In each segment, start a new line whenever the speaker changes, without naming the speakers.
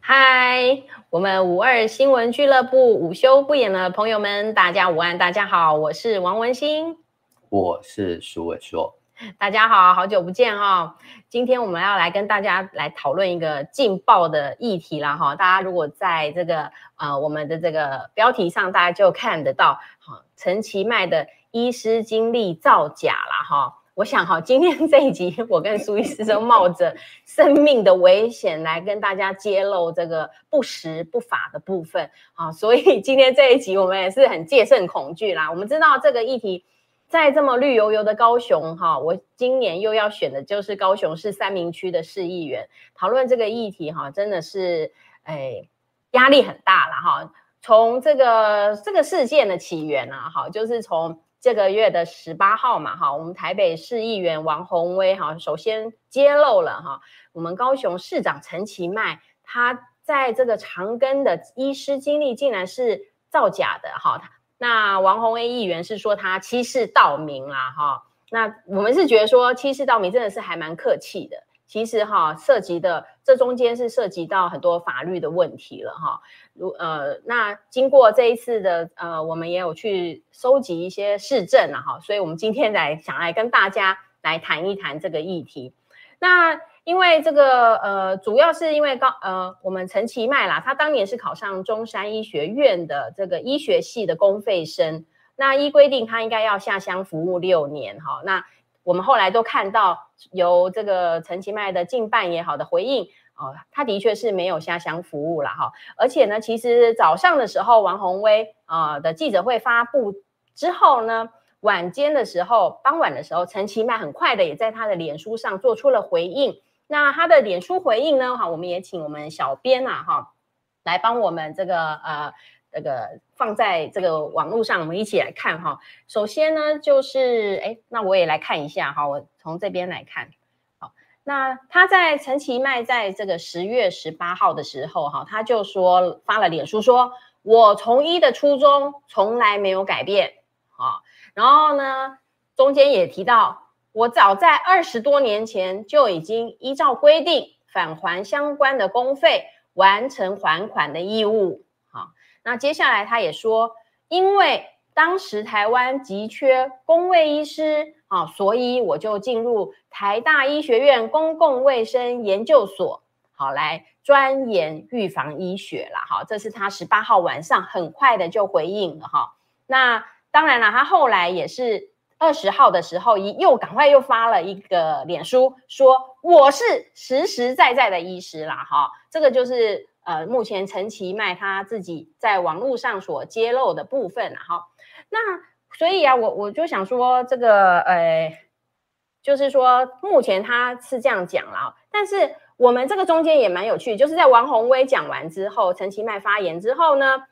嗨，我们五二新闻俱乐部午休不演了，朋友们，大家午安，大家好，我是王文兴，
我是苏伟硕。
大家好，好久不见哈、哦！今天我们要来跟大家来讨论一个劲爆的议题啦哈、哦！大家如果在这个呃我们的这个标题上，大家就看得到哈、哦，陈其迈的医师经历造假啦哈！我想哈，今天这一集我跟苏医师都冒着生命的危险来跟大家揭露这个不实不法的部分啊，所以今天这一集我们也是很戒慎恐惧啦。我们知道这个议题。在这么绿油油的高雄，哈，我今年又要选的就是高雄市三明区的市议员，讨论这个议题，哈，真的是，哎，压力很大了，哈。从这个这个事件的起源啊，哈，就是从这个月的十八号嘛，哈，我们台北市议员王宏威，哈，首先揭露了，哈，我们高雄市长陈其迈，他在这个长庚的医师经历竟然是造假的，哈，他。那王宏威议员是说他欺世盗名啦，哈。那我们是觉得说欺世盗名真的是还蛮客气的。其实哈，涉及的这中间是涉及到很多法律的问题了哈。如呃，那经过这一次的呃，我们也有去收集一些市政啊哈，所以我们今天来想来跟大家来谈一谈这个议题。那因为这个呃，主要是因为高呃，我们陈其迈啦，他当年是考上中山医学院的这个医学系的公费生，那依规定他应该要下乡服务六年哈。那我们后来都看到由这个陈其迈的近半也好的回应哦，他的确是没有下乡服务了哈。而且呢，其实早上的时候，王宏威啊、呃、的记者会发布之后呢。晚间的时候，傍晚的时候，陈其迈很快的也在他的脸书上做出了回应。那他的脸书回应呢？哈，我们也请我们小编啊，哈，来帮我们这个呃，这个放在这个网络上，我们一起来看哈。首先呢，就是哎，那我也来看一下哈，我从这边来看。好，那他在陈其迈在这个十月十八号的时候哈，他就说发了脸书说，我从医的初衷从来没有改变啊。然后呢，中间也提到，我早在二十多年前就已经依照规定返还相关的公费，完成还款的义务。好，那接下来他也说，因为当时台湾急缺公卫医师啊，所以我就进入台大医学院公共卫生研究所，好来钻研预防医学啦。好，这是他十八号晚上很快的就回应了哈。那。当然了，他后来也是二十号的时候，一又赶快又发了一个脸书，说我是实实在在的医师啦，哈，这个就是呃，目前陈其迈他自己在网络上所揭露的部分啦，哈。那所以啊，我我就想说，这个呃，就是说目前他是这样讲啦，哦但是我们这个中间也蛮有趣，就是在王宏威讲完之后，陈其迈发言之后呢。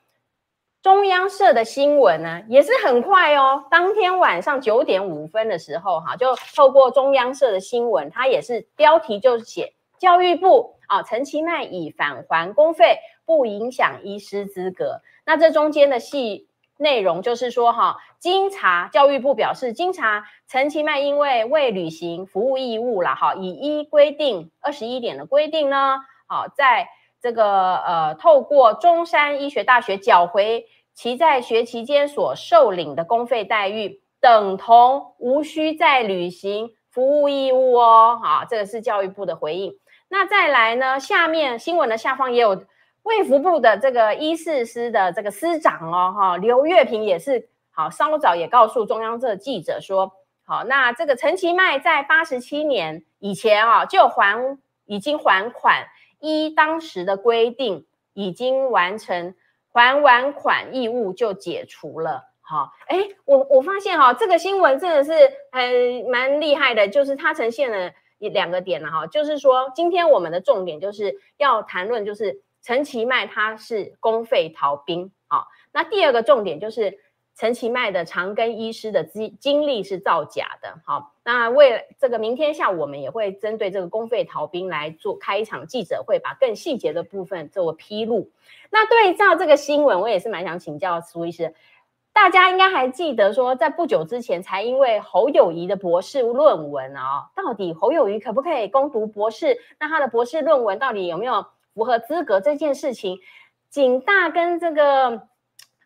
中央社的新闻呢，也是很快哦。当天晚上九点五分的时候，哈，就透过中央社的新闻，它也是标题就写教育部啊，陈其迈已返还公费，不影响医师资格。那这中间的细内容就是说，哈，经查，教育部表示，经查，陈其迈因为未履行服务义务了，哈，以依规定二十一点的规定呢，好，在这个呃，透过中山医学大学缴回。其在学期间所受领的公费待遇，等同无需再履行服务义务哦。好，这个是教育部的回应。那再来呢？下面新闻的下方也有卫福部的这个医事司的这个司长哦，哈，刘月平也是好，稍早也告诉中央社记者说，好，那这个陈其迈在八十七年以前啊、哦，就还已经还款，依当时的规定已经完成。还完款义务就解除了，哈，哎，我我发现哈，这个新闻真的是很蛮厉害的，就是它呈现了两个点了哈，就是说今天我们的重点就是要谈论就是陈其迈他是公费逃兵啊，那第二个重点就是陈其迈的长庚医师的经经历是造假的，好，那为了这个明天下午我们也会针对这个公费逃兵来做开一场记者会，把更细节的部分做披露。那对照这个新闻，我也是蛮想请教苏医师。大家应该还记得说，在不久之前才因为侯友谊的博士论文啊、哦，到底侯友谊可不可以攻读博士？那他的博士论文到底有没有符合资格这件事情，景大跟这个。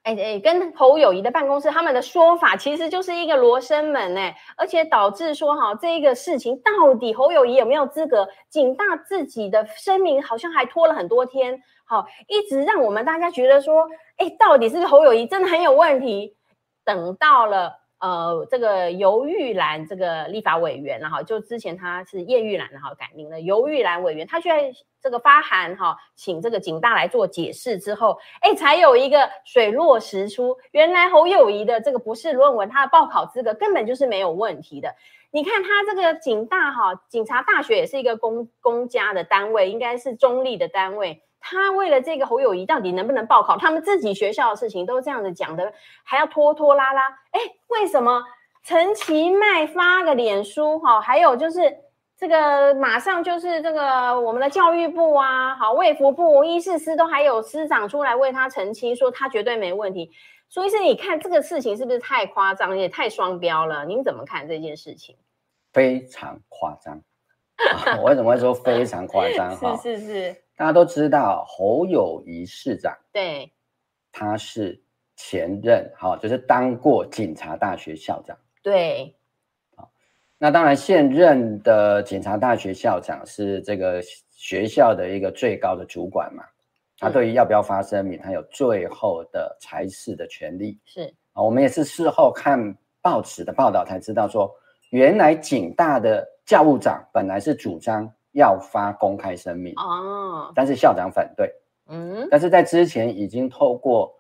哎哎，跟侯友谊的办公室，他们的说法其实就是一个罗生门哎，而且导致说哈，这一个事情到底侯友谊有没有资格？景大自己的声明好像还拖了很多天，好，一直让我们大家觉得说，哎，到底是不是侯友谊真的很有问题？等到了呃，这个尤玉兰这个立法委员，然后就之前他是叶玉兰，然后改名了尤玉兰委员，他居然这个发函哈、请这个景大来做解释之后，哎，才有一个水落石出，原来侯友谊的这个博士论文，他的报考资格根本就是没有问题的。你看他这个警大哈，警察大学也是一个公公家的单位，应该是中立的单位。他为了这个侯友谊到底能不能报考，他们自己学校的事情都这样子讲的，还要拖拖拉拉。哎，为什么陈其迈发个脸书哈、还有就是这个马上就是这个我们的教育部啊，好卫福部、医事司都还有司长出来为他澄清，说他绝对没问题。所以是你看这个事情是不是太夸张，也太双标了？您怎么看这件事情？
非常夸张。 我为什么会说非常夸张？哈，
是是是，
大家都知道侯友谊市长
对，
他是前任，哈、就是当过警察大学校长。
对，
那当然，现任的警察大学校长是这个学校的一个最高的主管嘛，他
嗯
对于要不要发声明，他有最后的裁示的权利。
是，
啊，我们也是事后看报纸的报道才知道说，原来警大的教务长本来是主张要发公开声明，
哦，
但是校长反对，
嗯，
但是在之前已经透过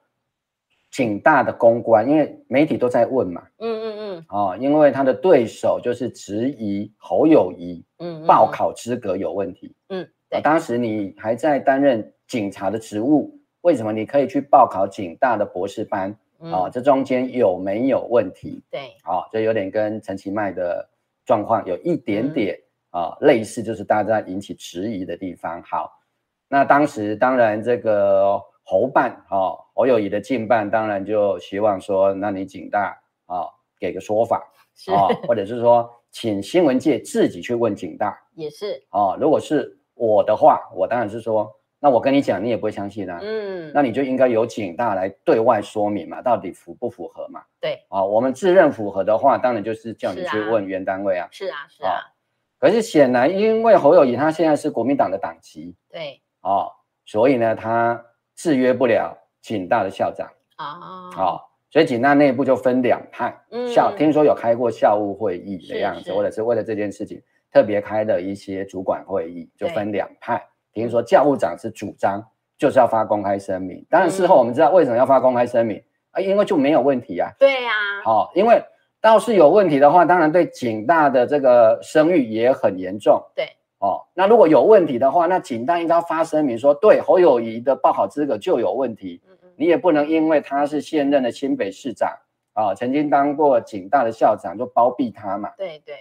警大的公关，因为媒体都在问嘛，
嗯嗯
啊、因为他的对手就是质疑侯友谊
嗯嗯，
报，考资格有问题，
嗯，
啊
对，
当时你还在担任警察的职务，为什么你可以去报考警大的博士班啊、
嗯，
这中间有没有问题？
对，
啊、就有点跟陈其迈的状况有一点点啊、类似，就是大家引起质疑的地方。好，那当时当然这个侯办啊、侯友谊的近办当然就希望说，那你警大啊、给个说法
是，
啊、或者是说请新闻界自己去问警大
也是，
啊、如果是我的话，我当然是说，那我跟你讲，你也不会相信啊。
嗯，
那你就应该由警大来对外说明嘛，到底符不符合嘛？
对，
啊，我们自认符合的话，当然就是叫你
是啊
去问原单位啊。
是啊，是啊，
可是显然，因为侯友谊他现在是国民党的党籍
对，
哦，所以呢，他制约不了警大的校长
啊，
哦，所以警大内部就分两派。
嗯，
校听说有开过校务会议的
是
样
是
子，或者是为了这件事情特别开了一些主管会议，就
对
分两派。听说教务长是主张就是要发公开声明，当然事
嗯
后我们知道为什么要发公开声明啊，因为就没有问题啊。
对呀，
好、因为倒是有问题的话，当然对警大的这个声誉也很严重。
对，
哦，那如果有问题的话，那警大应该发声明说，对侯友谊的报考资格就有问题，
嗯嗯，
你也不能因为他是现任的新北市长啊、曾经当过警大的校长，就包庇他嘛。
对对，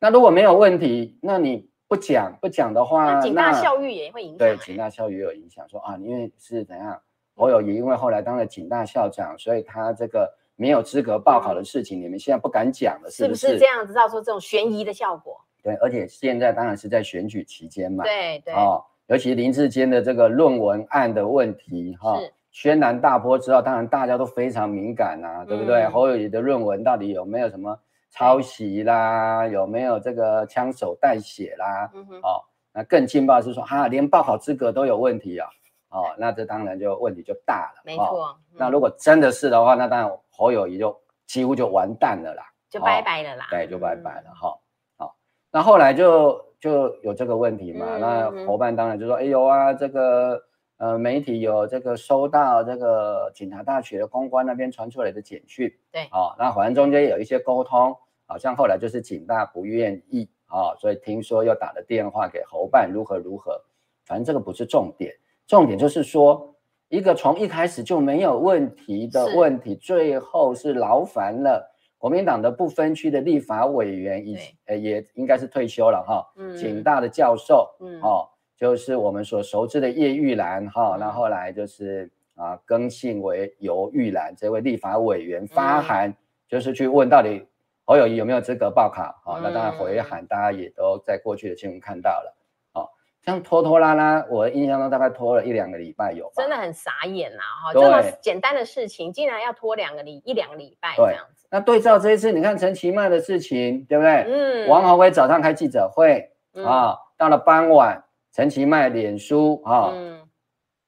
那如果没有问题，那你不讲不讲的话，
那警大
那
效育也会影响，
对警大校也有影响，说啊，因为是怎样，侯友谊因为后来当了警大校长，所以他这个没有资格报考的事情，你们现在不敢讲了，
是
不
不
是？
是这样子造出这种悬疑的效果？
对，而且现在当然是在选举期间嘛，
对对，
哦，尤其林志坚的这个论文案的问题哈、
是
轩然大波之后，当然大家都非常敏感啊，对不对？
嗯
侯友谊的论文到底有没有什么抄袭啦，有没有这个枪手代写啦？
嗯哼，
哦，那更劲爆的是说啊，连报考资格都有问题啊，哦，那这当然就问题就大了，
没
哦。
错，
那
嗯
如果真的是的话，那当然侯友谊就几乎就完蛋了啦。
就拜
哦
拜了啦，
对，就拜拜
嗯
了。哈。好，那后来就就有这个问题嘛，
嗯嗯嗯
那伙伴当然就说，哎呦啊，这个呃媒体有这个收到这个警察大学公关那边传出来的简讯，
对
哦，那反正中间有一些沟通，好像后来就是警大不愿意哦，所以听说又打了电话给侯办如何如何，反正这个不是重点，重点就是说。一个从一开始就没有问题的
是
问题，最后是劳烦了国民党的不分区的立法委员以
对
呃也应该是退休了哈，
嗯
警大的教授
嗯
哦，就是我们所熟知的叶玉兰哈，
嗯
那后来就是啊更姓为尤玉兰这位立法
嗯
委员发函，就是去问到底侯
嗯
友谊有没有资格报考啊？那当然回函大家也都在过去的新闻看到了。哦，像拖拖拉拉，我印象中大概拖了一两个礼拜有吧。
真的很傻眼呐、哈！这
对
么简单的事情，竟然要拖两个礼一两个礼拜这
对
样子。
那对照这一次，你看陈其迈的事情，对不对？
嗯，
王宏威早上开记者会
嗯
啊、到了傍晚，陈其迈脸书啊、
嗯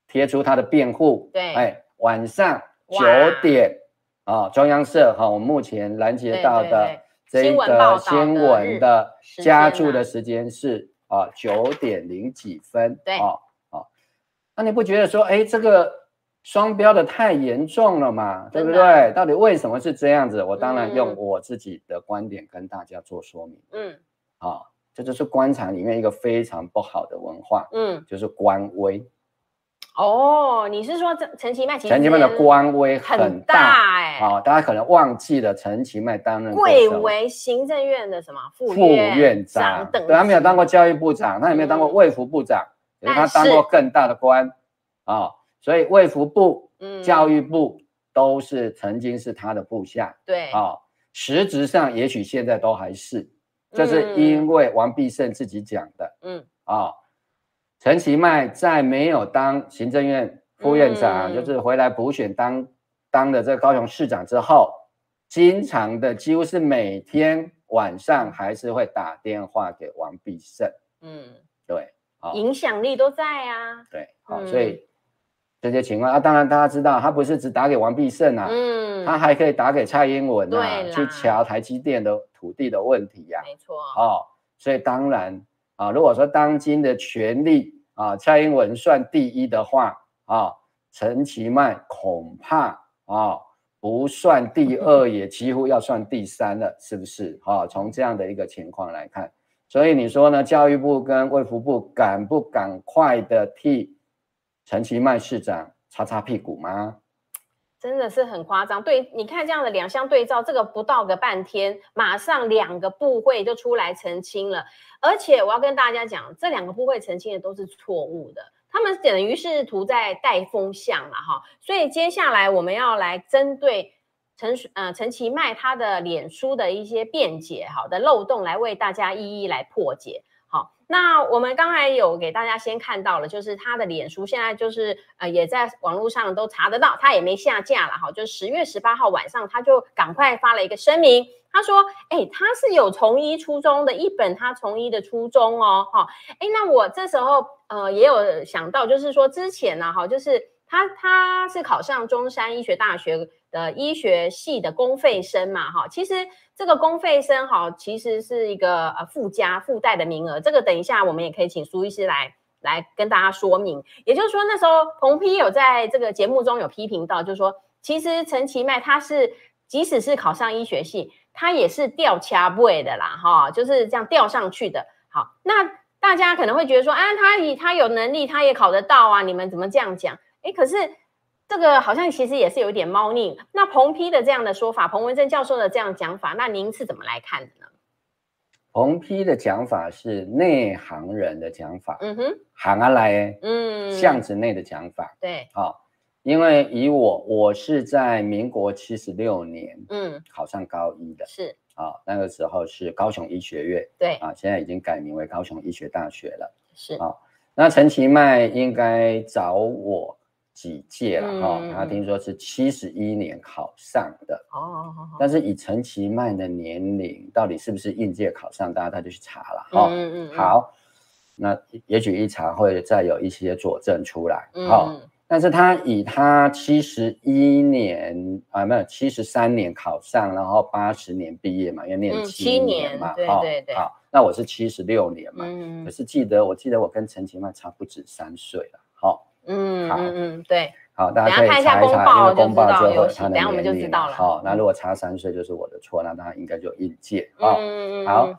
贴出他的辩护，
对
哎，晚上
哇
九点啊、中央社哈、我们目前拦截
对
到
对
的
对
这一
新闻报道
个
的
新闻的
日时
加
间
注
啊
的时间是啊九点零几分，
对
啊啊，那你不觉得说，哎，这个双标的太严重了嘛，对不
真的
对？到底为什么是这样子？我当然用
嗯
我自己的观点跟大家做说明。
嗯
啊，这就是官场里面一个非常不好的文化，
嗯，
就是官威。
哦，你是说这陈其迈其实
陈其迈的官威
很
很大
大哎、
啊，大家可能忘记了陈其迈担任过
贵
什么
为行政院的什么副
副院
长
长，
等级，
对他没有当过教育部长，他也没有当过
嗯
卫福部长，可是他
但
当
是
过更大的官啊，所以卫福部、
嗯
教育部都是曾经是他的部下
对，
啊，实质上也许现在都还是，这是
嗯
因为王必胜自己讲的。
嗯
啊，陈其迈在没有当行政院副院长，
嗯
就是回来补选当当了这个高雄市长之后，经常的几乎是每天晚上还是会打电话给王必胜，
嗯，
对，啊，
影响力都在啊，
对，好、
嗯
所以这些情况啊，当然大家知道，他不是只打给王必胜啊，
嗯，
他还可以打给蔡英文啊
对，啦
去瞧台积电的土地的问题呀、
没错，
哦，所以当然啊，如果说当今的权力啊，蔡英文算第一的话啊，陈其迈恐怕啊不算第二，也几乎要算第三了，是不是？啊，从这样的一个情况来看，所以你说呢？教育部跟卫福部敢不赶快的替陈其迈市长擦擦屁股吗？
真的是很夸张。对，你看这样的两相对照，这个不到个半天，马上两个部会就出来澄清了。而且我要跟大家讲，这两个部会澄清的都是错误的。他们等于是图在带风向了哈，所以接下来我们要来针对陈水呃陈其迈他的脸书的一些辩解好的漏洞来为大家一一来破解。好，那我们刚才有给大家先看到了，就是他的脸书现在就是呃也在网络上都查得到，他也没下架了哈。就是十月十八号晚上，他就赶快发了一个声明，他说：“哎、他是有从医初衷的，一本他从医的初衷哦，哈、哎，那我这时候呃也有想到，就是说之前呢、哈，就是他他是考上中山医学大学的医学系的公费生嘛，哈，其实这个公费生哈，其实是一个呃附加附带的名额，这个等一下我们也可以请苏医师来。来跟大家说明，也就是说那时候彭批有在这个节目中有批评到，就是说其实陈其迈他是即使是考上医学系，他也是吊掐位的啦，哈，就是这样吊上去的。好，那大家可能会觉得说，啊，他以他有能力，他也考得到啊，你们怎么这样讲？哎，可是这个好像其实也是有一点猫腻。那彭批的这样的说法，彭文正教授的这样讲法，那您是怎么来看的呢？
彭批的讲法是内行人的讲法，
嗯哼，
行啊来欸
嗯，
巷子内的讲法。
对，
啊、因为以我我是在民国七十六年
嗯，
考上高一的
是
啊、那个时候是高雄医学院
对，
啊、现在已经改名为高雄医学大学了。
是，
好那陈其迈应该找我几届了哈、
嗯嗯
他
嗯
听说是七十一年考上的，
哦，好好，
但是以陈其迈的年龄，到底是不是应届考上，大家他就去查了哈。
嗯嗯嗯，，
哦好，那也许一查会再有一些佐证出来。
嗯，
好、但是他以他七十一年啊，没有七十三年考上，然后八十年毕业嘛，因为
嗯
念
七
七年嘛，
年
哈
对对对
好，那我是七十六年嘛，
嗯
可
嗯
是记得我记得我跟陈其迈差不止三岁了，好、
嗯
好
嗯，对，
好，大
等
家
下
可以
看一下
查一
公
查，
报
因
就
为公
知
报
道
就
有
会有
写
他的
等下我们就
年
知
龄
道
嘛
了
好，那如果差三岁就是我的错，那他应该就应届啊。哦
嗯嗯
好，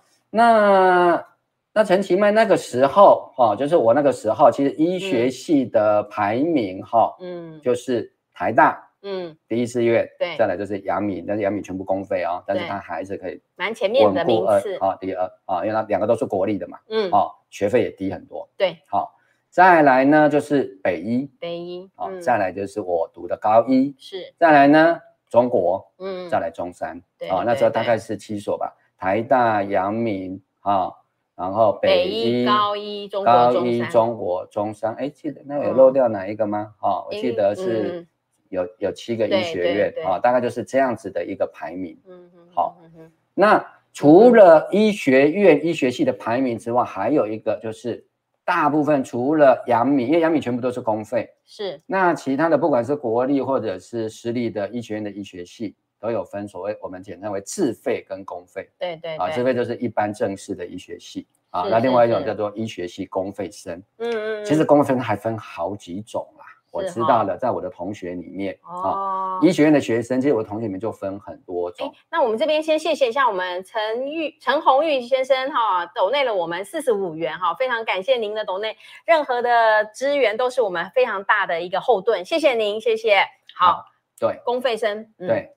那那陈其迈那个时候哈、哦，就是我那个时候，其实医学系的排名哈、
嗯
就是台大
嗯，
第一志愿，
对
再来就是阳明，但是阳明全部公费哦，但是
对
他还是可以
蛮前面
稳
的
固
名
二
次，
啊、第二啊、因为它两个都是国立的嘛，
嗯，
哦，学费也低很多，
对，
好、再来呢就是北医
北一，
啊、
嗯
再来就是我读的高一，
是，
再来呢中国，
嗯，
再来中山哦
对，
啊，那时候大
对
概是七所吧，台大、阳明啊、然后
北
一、
一、高一、中国、
高
中
一、
山，
中国、中山，哎，记得那有
嗯
漏掉哪一个吗？哦，我
因
记得是
嗯
有有七个
对
医学
对
院
对
啊，大概就是这样子的一个排名。
嗯嗯，
好
嗯，嗯
那除了医学院、医学系的排名之外，还有一个就是大部分除了阳明，因为阳明全部都是公费，
是
那其他的不管是国立或者是私立的医学院的医学系，都有分所谓我们简称为自费跟公费
对对
啊，自
对，
费就是一般正式的医学系啊，
是
那另
是
外一种
是
叫做医学系公费生。
嗯嗯，
其实
嗯
公费生还分好几种啦，我
是
知
哈
道了，在我的同学里面啊，
哦，
医学院的学生，其实我同学里面就分很多种
哎。，那我们这边先谢谢一下我们陈玉陈红玉先生哈，抖内了我们四十五元哈，非常感谢您的抖内，任何的支援都是我们非常大的一个后盾，谢谢您，谢谢。好，
对
公费生，嗯、，
对，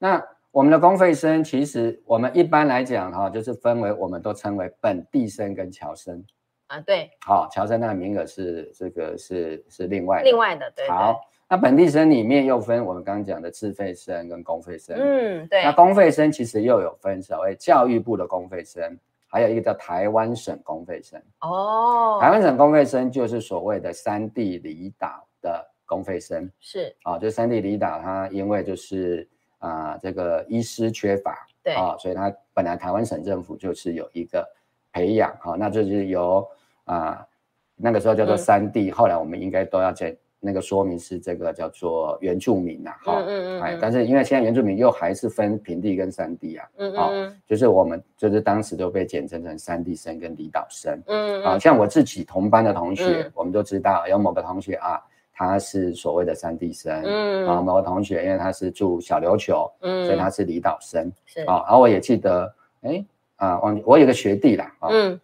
那我们的公费生，其实我们一般来讲哈、就是分为我们都称为本地生跟侨生。
啊对，
好、侨生那个名额是这个是是另外的
另外的对，对
好，，那本地生里面又分我们刚刚讲的自费生跟公费生。
嗯对
那，公费生其实又有分所谓教育部的公费生，还有一个叫台湾省公费生。
哦
台，湾省公费生就是所谓的三地离岛的公费生
是
啊，就三地离岛，它因为就是啊、这个医师缺乏
对，
啊，所以它本来台湾省政府就是有一个培养哈、那就是由啊、那个时候叫做
嗯
三地，后来我们应该都要讲那个说明是这个叫做原住民呐、哈、
嗯嗯嗯
哎，
嗯
但是因为现在原住民又还是分平地跟山地啊，
嗯嗯
好
嗯
就是我们就是当时都被简称成山地生跟离岛生。
嗯
啊，
嗯，
像我自己同班的同学，
嗯
我们都知道有某个同学啊，他是所谓的山地生，
嗯
啊，某个同学因为他是住小琉球，
嗯
所以他是离岛生，
是
啊，然后我也记得，哎，啊，忘记我有个学弟啦，啊，
嗯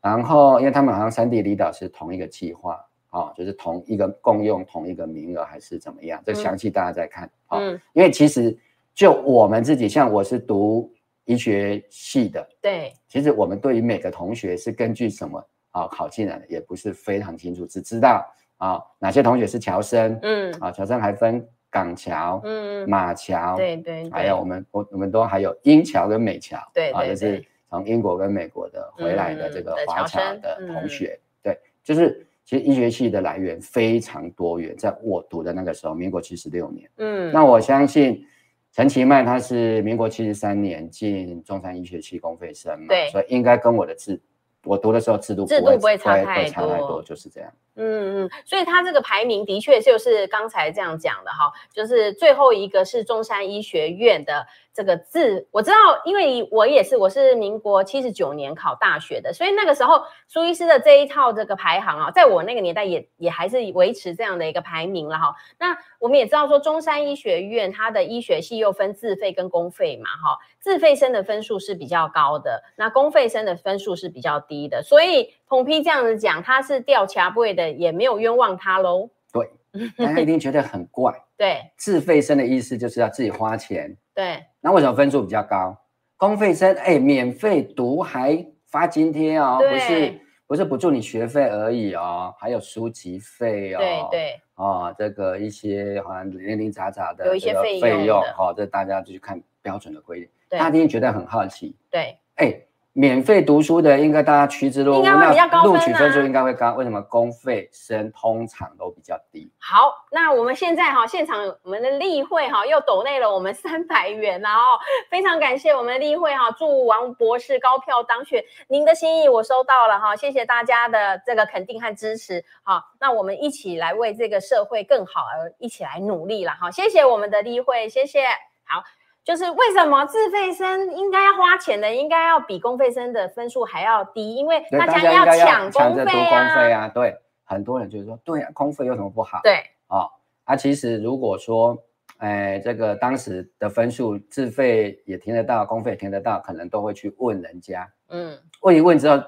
然后因为他们好像山地离岛是同一个计划，啊，就是同一个共用同一个名额还是怎么样，这
嗯
详细大家再看，啊，
嗯
因为其实就我们自己，像我是读医学系的，
对，
其实我们对于每个同学是根据什么啊考进来的，也不是非常清楚，只知道啊哪些同学是侨生，
嗯
啊侨生还分港侨、
嗯，
马侨，
对对对，
还有我们我我们都还有英侨跟美侨，
对
啊
对
就是
对
从英国跟美国的回来的这
嗯
个
的
华
侨
侨
生
的同
嗯
学，对，就是其实医学系的来源非常多元，在我读的那个时候，民国七十六年。
嗯，
那我相信陈其迈他是民国七十三年进中山医学系公费生嘛，
对
所以应该跟我的制，我读的时候制度
制度不会差
太
太
差太
多
多，就是这样。
嗯嗯，所以它这个排名的确就是刚才这样讲的哈，就是最后一个是中山医学院的这个自，我知道，因为我也是，我是民国七十九年考大学的，所以那个时候苏医师的这一套这个排行啊，在我那个年代也也还是维持这样的一个排名了哈。那我们也知道说，中山医学院它的医学系又分自费跟公费嘛，哈，自费生的分数是比较高的，那公费生的分数是比较低的，所以彭批这样子讲，他是掉卡位的，也没有冤枉他喽。
对，大家一定觉得很怪，
对
自费生的意思就是要自己花钱，
对，
那为什么分数比较高？公费生哎，免费读还发津贴哦，不
对
是不是补助你学费而已哦，还有书籍费哦，
对对，
哦，这个一些好像零零杂杂的
有一
这
些
个
费用
费用
的，
好、哦，这大家就去看标准的规定。
对
大家一定觉得很好奇，
对，
哎，免费读书的应该大家趋之若鹜，
应该会比较
那
高分
录
啊
取分数应该会高，为什么公费生通常都比较低？
好，那我们现在哈、现场我们的例会哈、又抖内了我们三百元啦哦，非常感谢我们的例会哈、祝王博士高票当选，您的心意我收到了哈、谢谢大家的这个肯定和支持好、那我们一起来为这个社会更好而一起来努力了哈、谢谢我们的例会，谢谢，好。就是为什么自费生应该要花钱的，应该要比公费生的分数还要低，因为
对，
大
大
家
家应该
抢公
要抢着
费
读公费
啊，
啊，对，很多人就说，对啊，公费有什么不好？
对，
啊、啊，其实如果说，哎，这个当时的分数自费也填得到，公费也填得到，可能都会去问人家，
嗯，
问一问之后，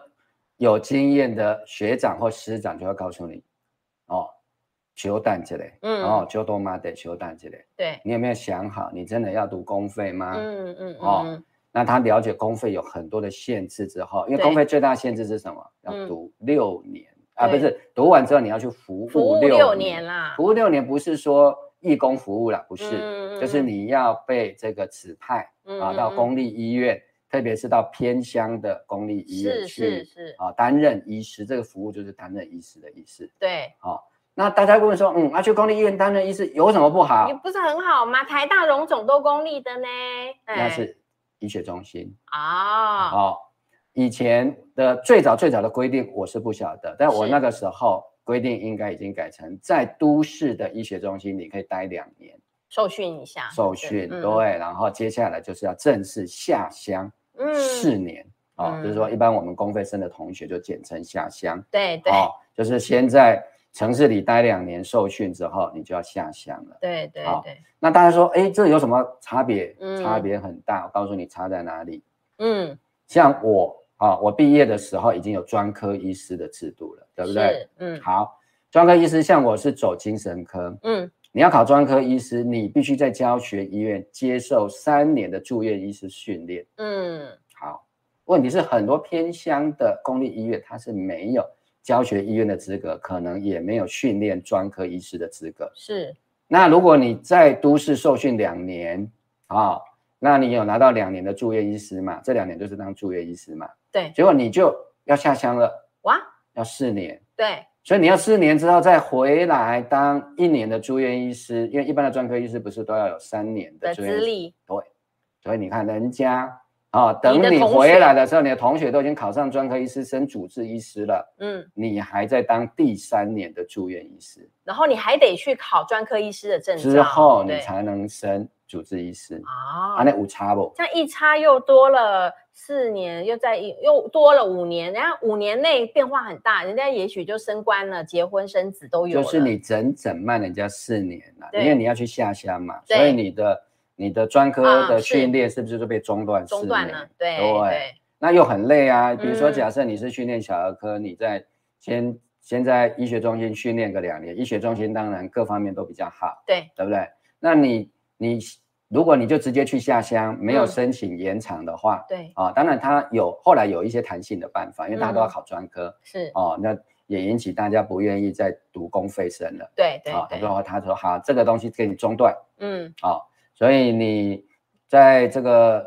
有经验的学长或师长就会告诉你，哦，修蛋之类，
嗯
哦，就多妈得修蛋之类。
对，
你有没有想好，你真的要读公费吗？
嗯嗯
哦
嗯，
那他了解公费有很多的限制之后，因为
对
公费最大限制是什么？
嗯
要读六年、啊，不
对
是读完之后你要去服
服务
务
六
年
年啦，
服务六年不是说义工服务啦，不是，
嗯嗯
就是你要被这个指派
嗯
啊到
嗯
公立医院特别是到偏乡的公立医院
是是
去
是，
啊担任医师，这个服务就是担任医师的意思。
对，
那大家会问说，嗯，那、去公立医院担任医师有什么不好
你？不是很好吗？台大荣总都公立的呢，
那
哎
是医学中心
啊，
哦。以前的最早最早的规定我是不晓得，但我
是
那个时候规定应该已经改成在都市的医学中心，你可以待两年
受训一下，
受训，
嗯
对，然后接下来就是要正式下乡
嗯，
四年啊，
嗯
就是说一般我们公费生的同学就简称下乡，
对对
哦，就是先在城市里待两年受训之后，你就要下乡了。
对对
好
对，
那大家说，哎，这有什么差别？
嗯
差别很大。我告诉你差在哪里。
嗯，
像我啊，我毕业的时候已经有专科医师的制度了，对不对？
是？嗯
好，专科医师像我是走精神科，
嗯，
你要考专科医师，你必须在教学医院接受三年的住院医师训练。
嗯，
好，问题是很多偏乡的公立医院它是没有教学医院的资格，可能也没有训练专科医师的资格。
是，
那如果你在都市受训两年啊、那你有拿到两年的住院医师嘛？这两年就是当住院医师嘛。
对，
结果你就要下乡了，
哇，
要四年，
对，
所以你要四年之后再回来当一年的住院医师，因为一般的专科医师不是都要有三年的
的
住院
资
医师
历，
所以你看人家啊、等
你的
你
同
回
学
来的时候，你的同学都已经考上专科医师、升主治医师了，
嗯，
你还在当第三年的住院医师，
然后你还得去考专科医师的证照，
之后你
对哦
才能升主治医师。啊，
啊，
那有差不？
这样一差又多了四年，又在一又多了五年，人家五年内变化很大，人家也许就升官了，结婚生子都有
就
了，
是你整整慢人家四年了、
对
因为你要去下乡嘛，
对
所以你的你的专科
啊
的
是
训练是不是就被中断四
中
年？
断了，对
对那又很累啊。比如说，
嗯
假设你是训练小儿科，你在先先在医学中心训练个两年，医学中心当然各方面都比较好，
对
对不对？那你你如果你就直接去下乡，没有
嗯
申请延长的话，
对
啊，当然它有后来有一些弹性的办法，因为大家都要
嗯
考专科、
是，
哦，那也引起大家不愿意再读公费生了。
对对
啊，他
对，
说他说好，这个东西给你中断
嗯
啊、所以你在这个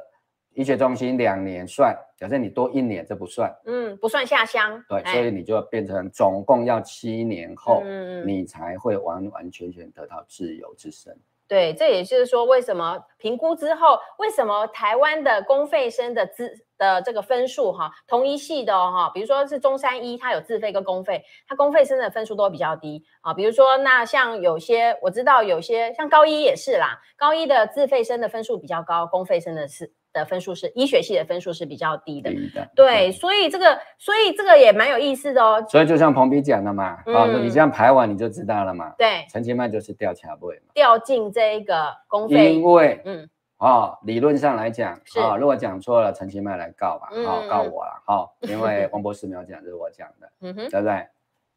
医学中心两年算，假设你多一年这不算，
嗯，不算下乡，
对，
哎
所以你就变成总共要七年后，
嗯嗯嗯
你才会完完全全得到自由之身。
对，这也就是说，为什么评估之后，为什么台湾的公费生的资的这个分数哈，同一系的哦哈、比如说是中山医，它有自费跟公费，它公费生的分数都比较低啊。比如说，那像有些我知道有些像高一也是啦，高一的自费生的分数比较高，公费生的是的分数是医学系的分数是比较低的。
第一的，
对，，所以这个所以这个也蛮有意思的哦。
所以就像彭比讲的嘛，啊、
嗯
你这样排完你就知道了嘛，
对，
陈其迈就是掉卡位嘛，
掉进这一个公费
因，为
嗯，
哦，理论上来讲，
是
哦，如果讲错了，陈其迈来告吧，哦
嗯，
告我了，哦，因为王博士没有讲，这是我讲的，
嗯哼，
对不对？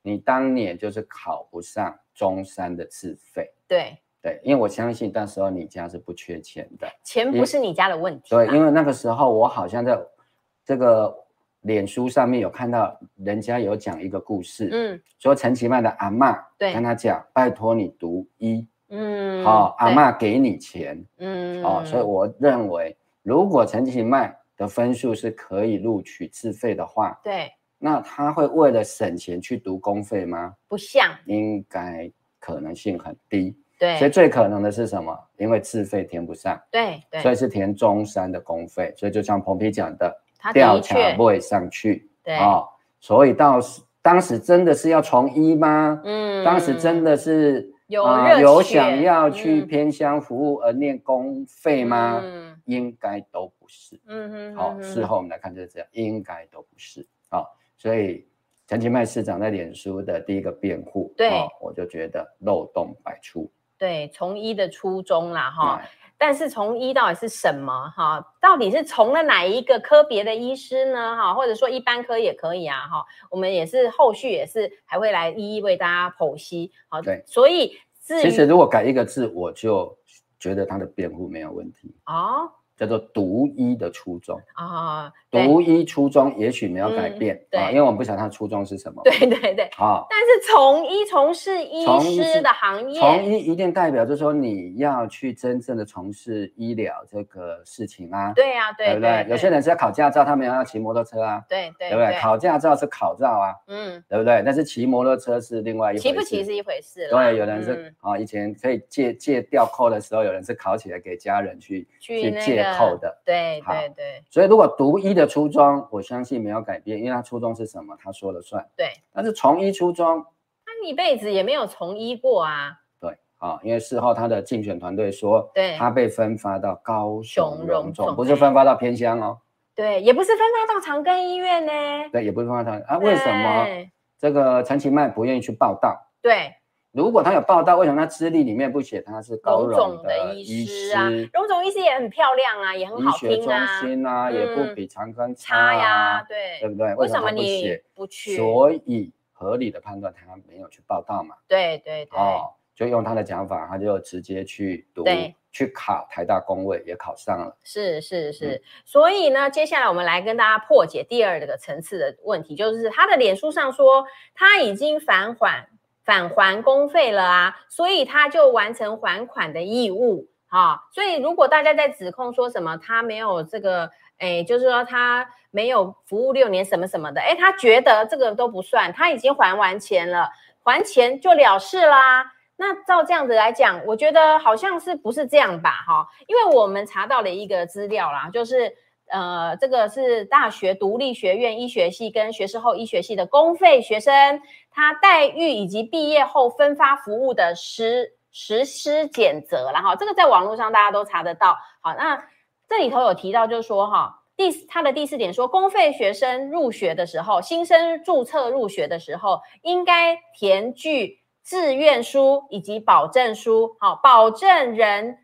你当年就是考不上中山的自费，
对，
对，因为我相信那时候你家是不缺钱的，
钱
因
不是你啊家的问题啦，
对，因为那个时候我好像在这个脸书上面有看到人家有讲一个故事，
嗯
说陈其迈的阿嬷
对
跟他讲，拜托你读医，
嗯，
哦，阿
对，
嬷给你钱，
嗯，
哦，所以我认为，如果陈其迈的分数是可以录取自费的话，
对
那他会为了省钱去读公费吗？
不像
应该可能性很低。
对
所以最可能的是什么？因为自费填不上，
对对，
所以是填中山的公费。所以就像彭皮讲的，
他
调
啊的
查
确
不会上去
对，
哦。所以到时当时真的是要从医吗？
嗯
当时真的是
有
啊
热
有
血
想要去
嗯
偏乡服务而念公费吗？
嗯
应该都不是。
嗯哼
好、
哼
事
哼
后我们来看就是这样，应该都不是。好、所以陈其迈市长在脸书的第一个辩护，
对
哦我就觉得漏洞百出。
对从医的初衷啦哈，
哎
但是从医到底是什么哈？到底是从了哪一个科别的医师呢哈？或者说一般科也可以啊哈。我们也是后续也是还会来一一为大家剖析好，
对
所以至
其实
于
如果改一个字，我就觉得他的辩护没有问题。
哦
叫做独一的初衷。
啊，对
独一初衷也许没有改
嗯
变，
对
啊，因为我们不晓得他的初衷是什 么。
对对对，
好，
但是从医从事医
从医
师
是
的行业，
从医一定代表就是说你要去真正的从事医疗这个事情啊，
对呀、对
不
对
对？，有些人是要考驾照，他们要骑摩托车啊，
对对
对不对？考驾照是考照啊，
嗯，
对不对？但是骑摩托车是另外一回事。
骑不骑是一回事啦，
对，有人是
嗯
啊、以前可以借借吊扣的时候，有人是考起来给家人去
去那
借
个
扣的。
对
好
对对
所以，如果读医的初衷，我相信没有改变，因为他初衷是什么，他说了算。
对，
但是从医初衷，
他一辈子也没有从医过啊，
对啊、因为事后他的竞选团队说，
对
他被分发到高雄
雄荣
荣
总
总，不是分发到偏乡哦，
对，也不是分发到长庚医院呢，
对，也不是分发到啊。为什么
对
这个陈其迈不愿意去报道？
对，
如果他有报道，为什么他资历里面不写他是高
荣
荣
总的
医
师啊
师，
荣总医师也很漂亮啊，也很
医
好
学
听
中
啊，
心啊，也不
嗯
比长庚
差
啊
呀，
对
对，
不对？
为
什
什
么
么
他不
你
写？
不去？
所以合理的判断他没有去报道嘛，
对对对，
哦，就用他的讲法，他就直接去读
对
去考台大工位，也考上了。
是是是，所以呢，接下来我们来跟大家破解第二个层次的问题，就是他的脸书上说他已经返还返还公费了啊，所以他就完成还款的义务啊。所以如果大家在指控说什么他没有这个，哎，就是说他没有服务六年什么什么的，哎，他觉得这个都不算，他已经还完钱了，还钱就了事啦、那照这样子来讲，我觉得好像是不是这样吧？哈，因为我们查到了一个资料啦，就是呃，这个是大学独立学院医学系跟学士后医学系的公费学生，他待遇以及毕业后分发服务的实实施检责啦，哈，这个在网络上大家都查得到。好，那这里头有提到，就是说哈。第四他的第四点说，公费学生入学的时候，新生注册入学的时候，应该填具志愿书以及保证书，好、保证人，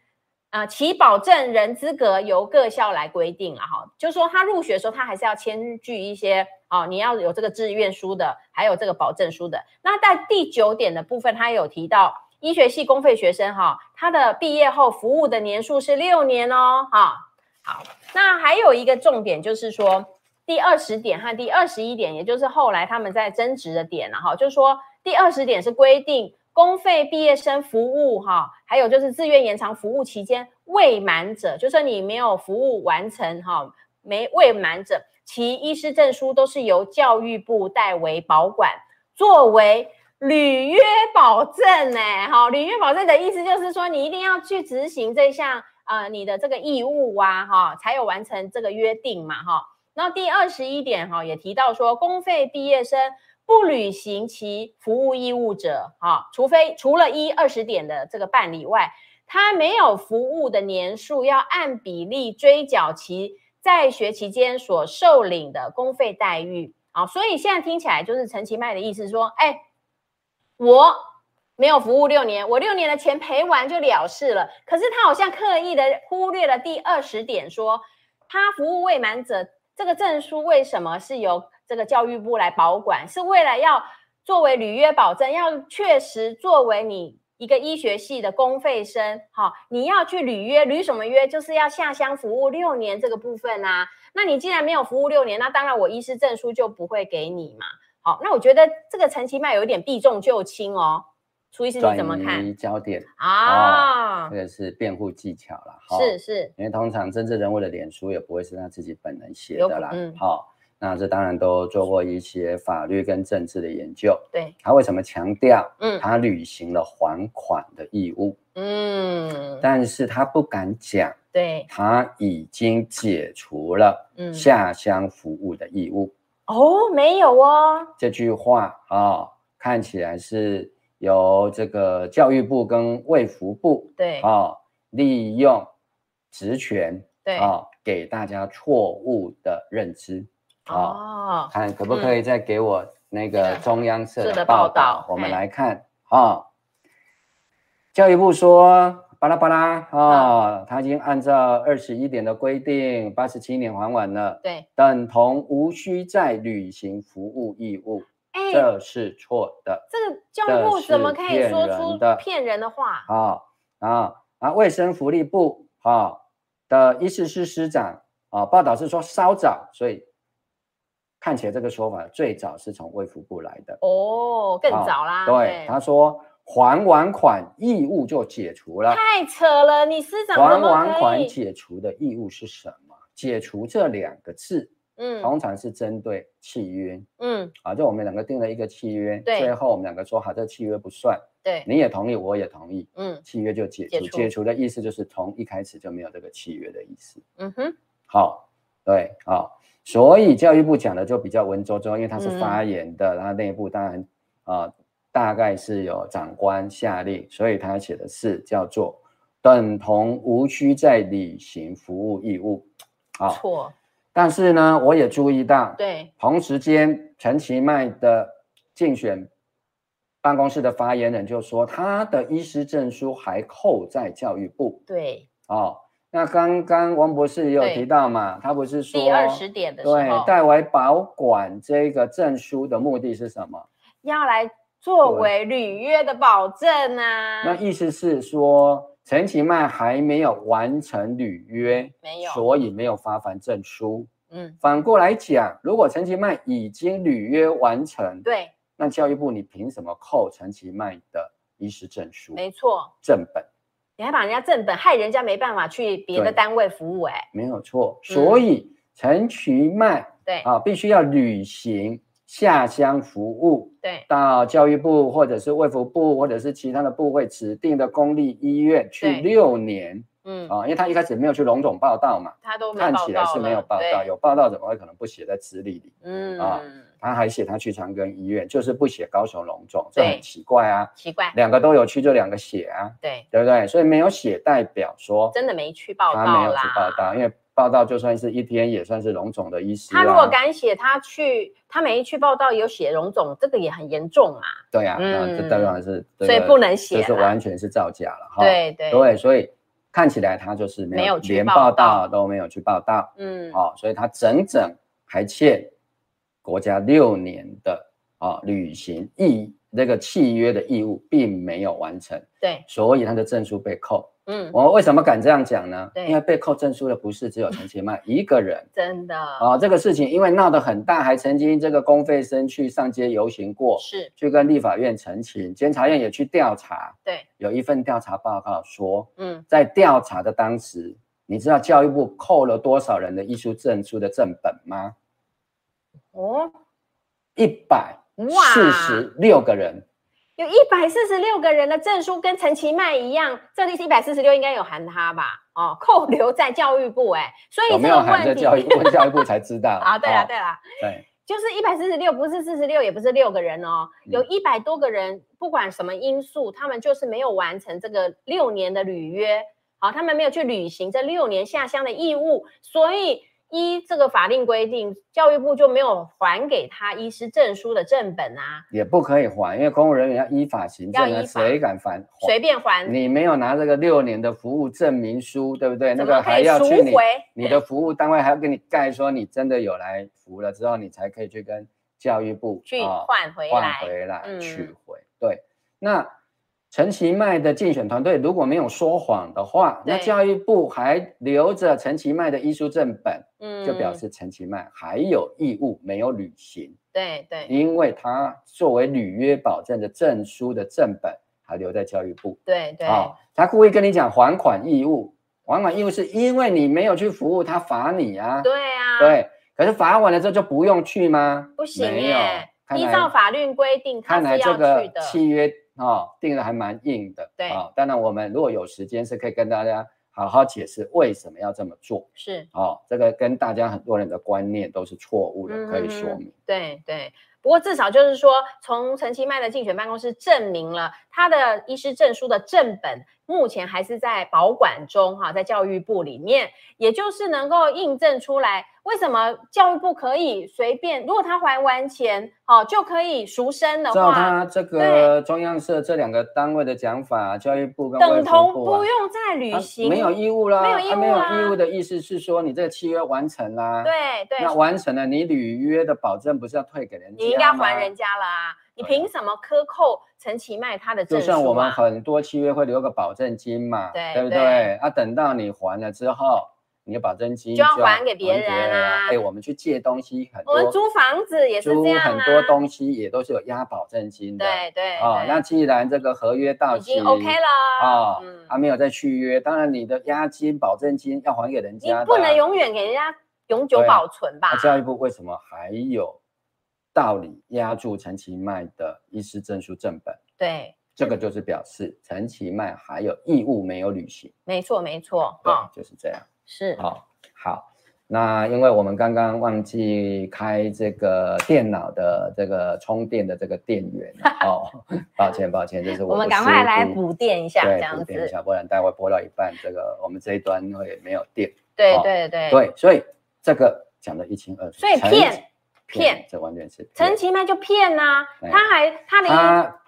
呃，其保证人资格由各校来规定了哈、就是说他入学的时候，他还是要签具一些哦，你要有这个志愿书的，还有这个保证书的。那在第九点的部分，他有提到医学系公费学生哈、他的毕业后服务的年数是六年哦，哈、好，那还有一个重点就是说，第二十点和第二十一点，也就是后来他们在争执的点了哈，就是说第二十点是规定公费毕业生服务哈，还有就是自愿延长服务期间未满者，就算你没有服务完成哈，没未满者，其医师证书都是由教育部代为保管，作为。履约保证呢、哈，履约保证的意思就是说，你一定要去执行这项呃你的这个义务啊，哈，才有完成这个约定嘛，哈。那第二十一点哈、也提到说，公费毕业生不履行其服务义务者，哈、除非除了一二十点的这个办理外，他没有服务的年数，要按比例追缴其在学期间所受领的公费待遇啊。所以现在听起来就是陈其迈的意思说，哎，我没有服务六年，我六年的钱赔完就了事了。可是他好像刻意的忽略了第二十点说，他服务未满者这个证书为什么是由这个教育部来保管？是为了要作为履约保证，要确实作为你一个医学系的公费生，哈、你要去履约，履什么约？就是要下乡服务六年这个部分啊。那你既然没有服务六年，那当然我医师证书就不会给你嘛。好，那我觉得这个陈其迈有一点避重就轻哦。苏医师你
转
怎么看
移焦点，
啊
这？个是辩护技巧哦了。哈
是是，
因为通常政治人物的脸书也不会是他自己本人写
有
的啦
可，嗯
好、那这当然都做过一些法律跟政治的研究。
对，
他为什么强调
嗯
他履行了还款的义务？
嗯，
但是他不敢讲
对，
他已经解除了
嗯，
下乡服务的义务。
哦，没有哦，
这句话啊、看起来是由这个教育部跟卫福部
对，
啊、利用职权
对，
啊、给大家错误的认知。啊、
哦，
看可不可以再给我那个中央社
是的
的报
报道
道，我们
哎
来看啊、教育部说。巴拉巴拉啊、
嗯
他已经按照二十一点的规定，八十七年还完了，
对，
等同无需再履行服务义务，
哎，
这是错的
这个教育部
这
怎么
是
可以
骗
说
人
出
的
骗人的话？
啊啊啊！卫生福利部啊的医师师师长啊，报道是说稍早，所以看起来这个说法最早是从卫福部来的。
哦，更早啦。
对，他说还完款义务就解除了。
太扯了，你师长
还
怎么
完
可
款
以
解除的义务是什么？解除这两个字，
嗯
通常是针对契约
嗯，
啊，就我们两个定了一个契约，
对
最后我们两个说好，这契约不算，
对，
你也同意，我也同意，
嗯
契约就解除。
解
解
除
除的意思就是从一开始就没有这个契约的意思。
嗯哼，
好、对，好、所以教育部讲的就比较文绉绉，因为它是
嗯
发言的，它内部当然啊、呃大概是有长官下令，所以他写的是叫做等同无需再履行服务义务。好、
错，
但是呢，我也注意到，
对，
同时间，陈其迈的竞选办公室的发言人就说，他的医师证书还扣在教育部
对，
哦。那刚刚王博士也有
对
提到嘛，他不是说
第二十点的时
对
候，
代为保管这个证书的目的是什么？
要来作
对
为履约的保证啊。
那意思是说，陈其迈还没有完成履约，
嗯没有
所以没有发还证书。
嗯，
反过来讲，如果陈其迈已经履约完成，
对，
那教育部你凭什么扣陈其迈的医师证书、
没错，
正本？
你还把人家正本害人家没办法去别的
对
单位服务、哎，
没有错，所以陈其迈
对
啊必须要履行下乡服务，
对，
到教育部或者是卫福部或者是其他的部会指定的公立医院
对
去六年
嗯，
啊，因为他一开始没有去龙总报道嘛，
他都没
看
报
起来
道
是没有
了
报道，
对
有报道怎么会可能不写在资历里？
嗯、
啊他还写他去长庚医院，就是不写高雄龙总，这
对
很奇怪啊，
奇怪，
两个都有去就两个写啊，
对，
对不对？所以没有写代表说
真的没去报道
他没有去
啦。
报道，因为报道就算是一天也算是龙总的医师、啊。
他如果敢写他去，他没去报道有写荣总，这个也很严重嘛，
对啊，那
嗯
这当然是，这
所以
个
不能写
这
啦。
是完全是造假了哈。
对对，
啊对，所以看起来他就是没有
没有去
连
报
报
道
道都没有去报道，
嗯，
哦，所以他整整还欠国家六年的啊、履行义那个契约的义务并没有完成，
对，
所以他的证书被扣。
嗯，
我为什么敢这样讲呢？
对
因为被扣证书的不是只有陈其迈一个人
真的
啊、这个事情因为闹得很大，还曾经这个公费生去上街游行过，
是，
去跟立法院澄清，监察院也去调查，
对，
有一份调查报告说，
嗯，
在调查的当时，你知道教育部扣了多少人的医术证书的正本吗？
哦，
一百四十六个人，
有一百四十六个人的证书跟陈其迈一样，这里是一百四十六，应该有含他吧？哦，扣留在教育部、哎，所以
有
这
没
个
有喊
问
这
题
教育部？教育部才知 道
啊，对啦，
哦
对啦，
对
就是一百四十六，不是四十六，也不是六个人哦，
嗯
有一百多个人，不管什么因素，他们就是没有完成这个六年的履约，好、他们没有去履行这六年下乡的义务，所以依这个法令规定，教育部就没有还给他医师证书的正本啊，
也不可以还，因为公务人员要依法行政
要
啊，
依法
谁敢还？
随便还，
你没有拿这个六年的服务证明书，对不对？那
怎
个
么可
还
以
要
赎
去你
回？
你的服务单位还要给你盖说你真的有来服了之后，你才可以去跟教育部
去
啊
换回
换
来，
回来、
嗯
取回。对，那陈其迈的竞选团队如果没有说谎的话，那
对
教育部还留着陈其迈的医书正本，
嗯
就表示陈其迈还有义务没有履行，
对对
因为他作为履约保证的证书的正本还留在教育部。
对对，
哦，他故意跟你讲还款义务，还款义务是因为你没有去服务，他罚你啊。
对啊，，
对可是罚完了之后就不用去吗？
不行
没有
耶，
看
依
来
照法律规定他
看
是
来这
要去
个
的，
契约哦定的还蛮硬的。
对
哦，当然我们如果有时间是可以跟大家好好解释为什么要这么做。
是。
哦，这个跟大家很多人的观念都是错误的，可以说
嗯
明。
对对，不过至少就是说，从陈其迈的竞选办公室证明了他的医师证书的正本目前还是在保管中哈、在教育部里面，也就是能够印证出来为什么教育部可以随便，如果他还完钱哦就可以赎身的
照
话，
他这个中央社这两个单位的讲法，教育部跟卫
等
福
同
部啊
不用再履
啊
行，
没有义务啦，
没有义
啊
务
没有
啦
义务的意思是说你这个契约完成啦，，
对对，
那完成了，你履约的保证不是要退给人家，
你应该还人。家了啊，你
对啊
凭什么克扣陈其迈他的证
就
书啊？
像我们很多契约会留个保证金嘛，
对
不
对
对？啊，等到你还了之后，你的保证金
就要还给别人啊
还给哎，我们去借东西很
我
多，
们租房子也是
租
这样
很
啊，
多东西也都是有押保证金的。
对对
哦
对，
那既然这个合约到
已
期，
经 OK 了
哦，
嗯，
他没有再续约，当然你的押金、保证金要还给人
你
家的啊。
不能永远给人家永久
对啊
保存吧
那？教育部为什么还有道理压住陈其迈的医师证书正本？
对，
这个就是表示陈其迈还有义务没有履行，
没错没错，
对，
哈，
就是这样。
是，
好，好，那因为我们刚刚忘记开这个电脑的这个充电的这个电源 了哦，抱歉抱歉，这是我
我们
的
赶
失
快来
误
补电一下，这
对，
样
补电一
子，
下，不然待会播到一半，这个我们这一端会没有电。
对
哦
对对，
对，所以这个讲的一清二楚。
所以
陈
骗骗
骗，这完全是骗
陈其迈就骗呐、
对
他还他的意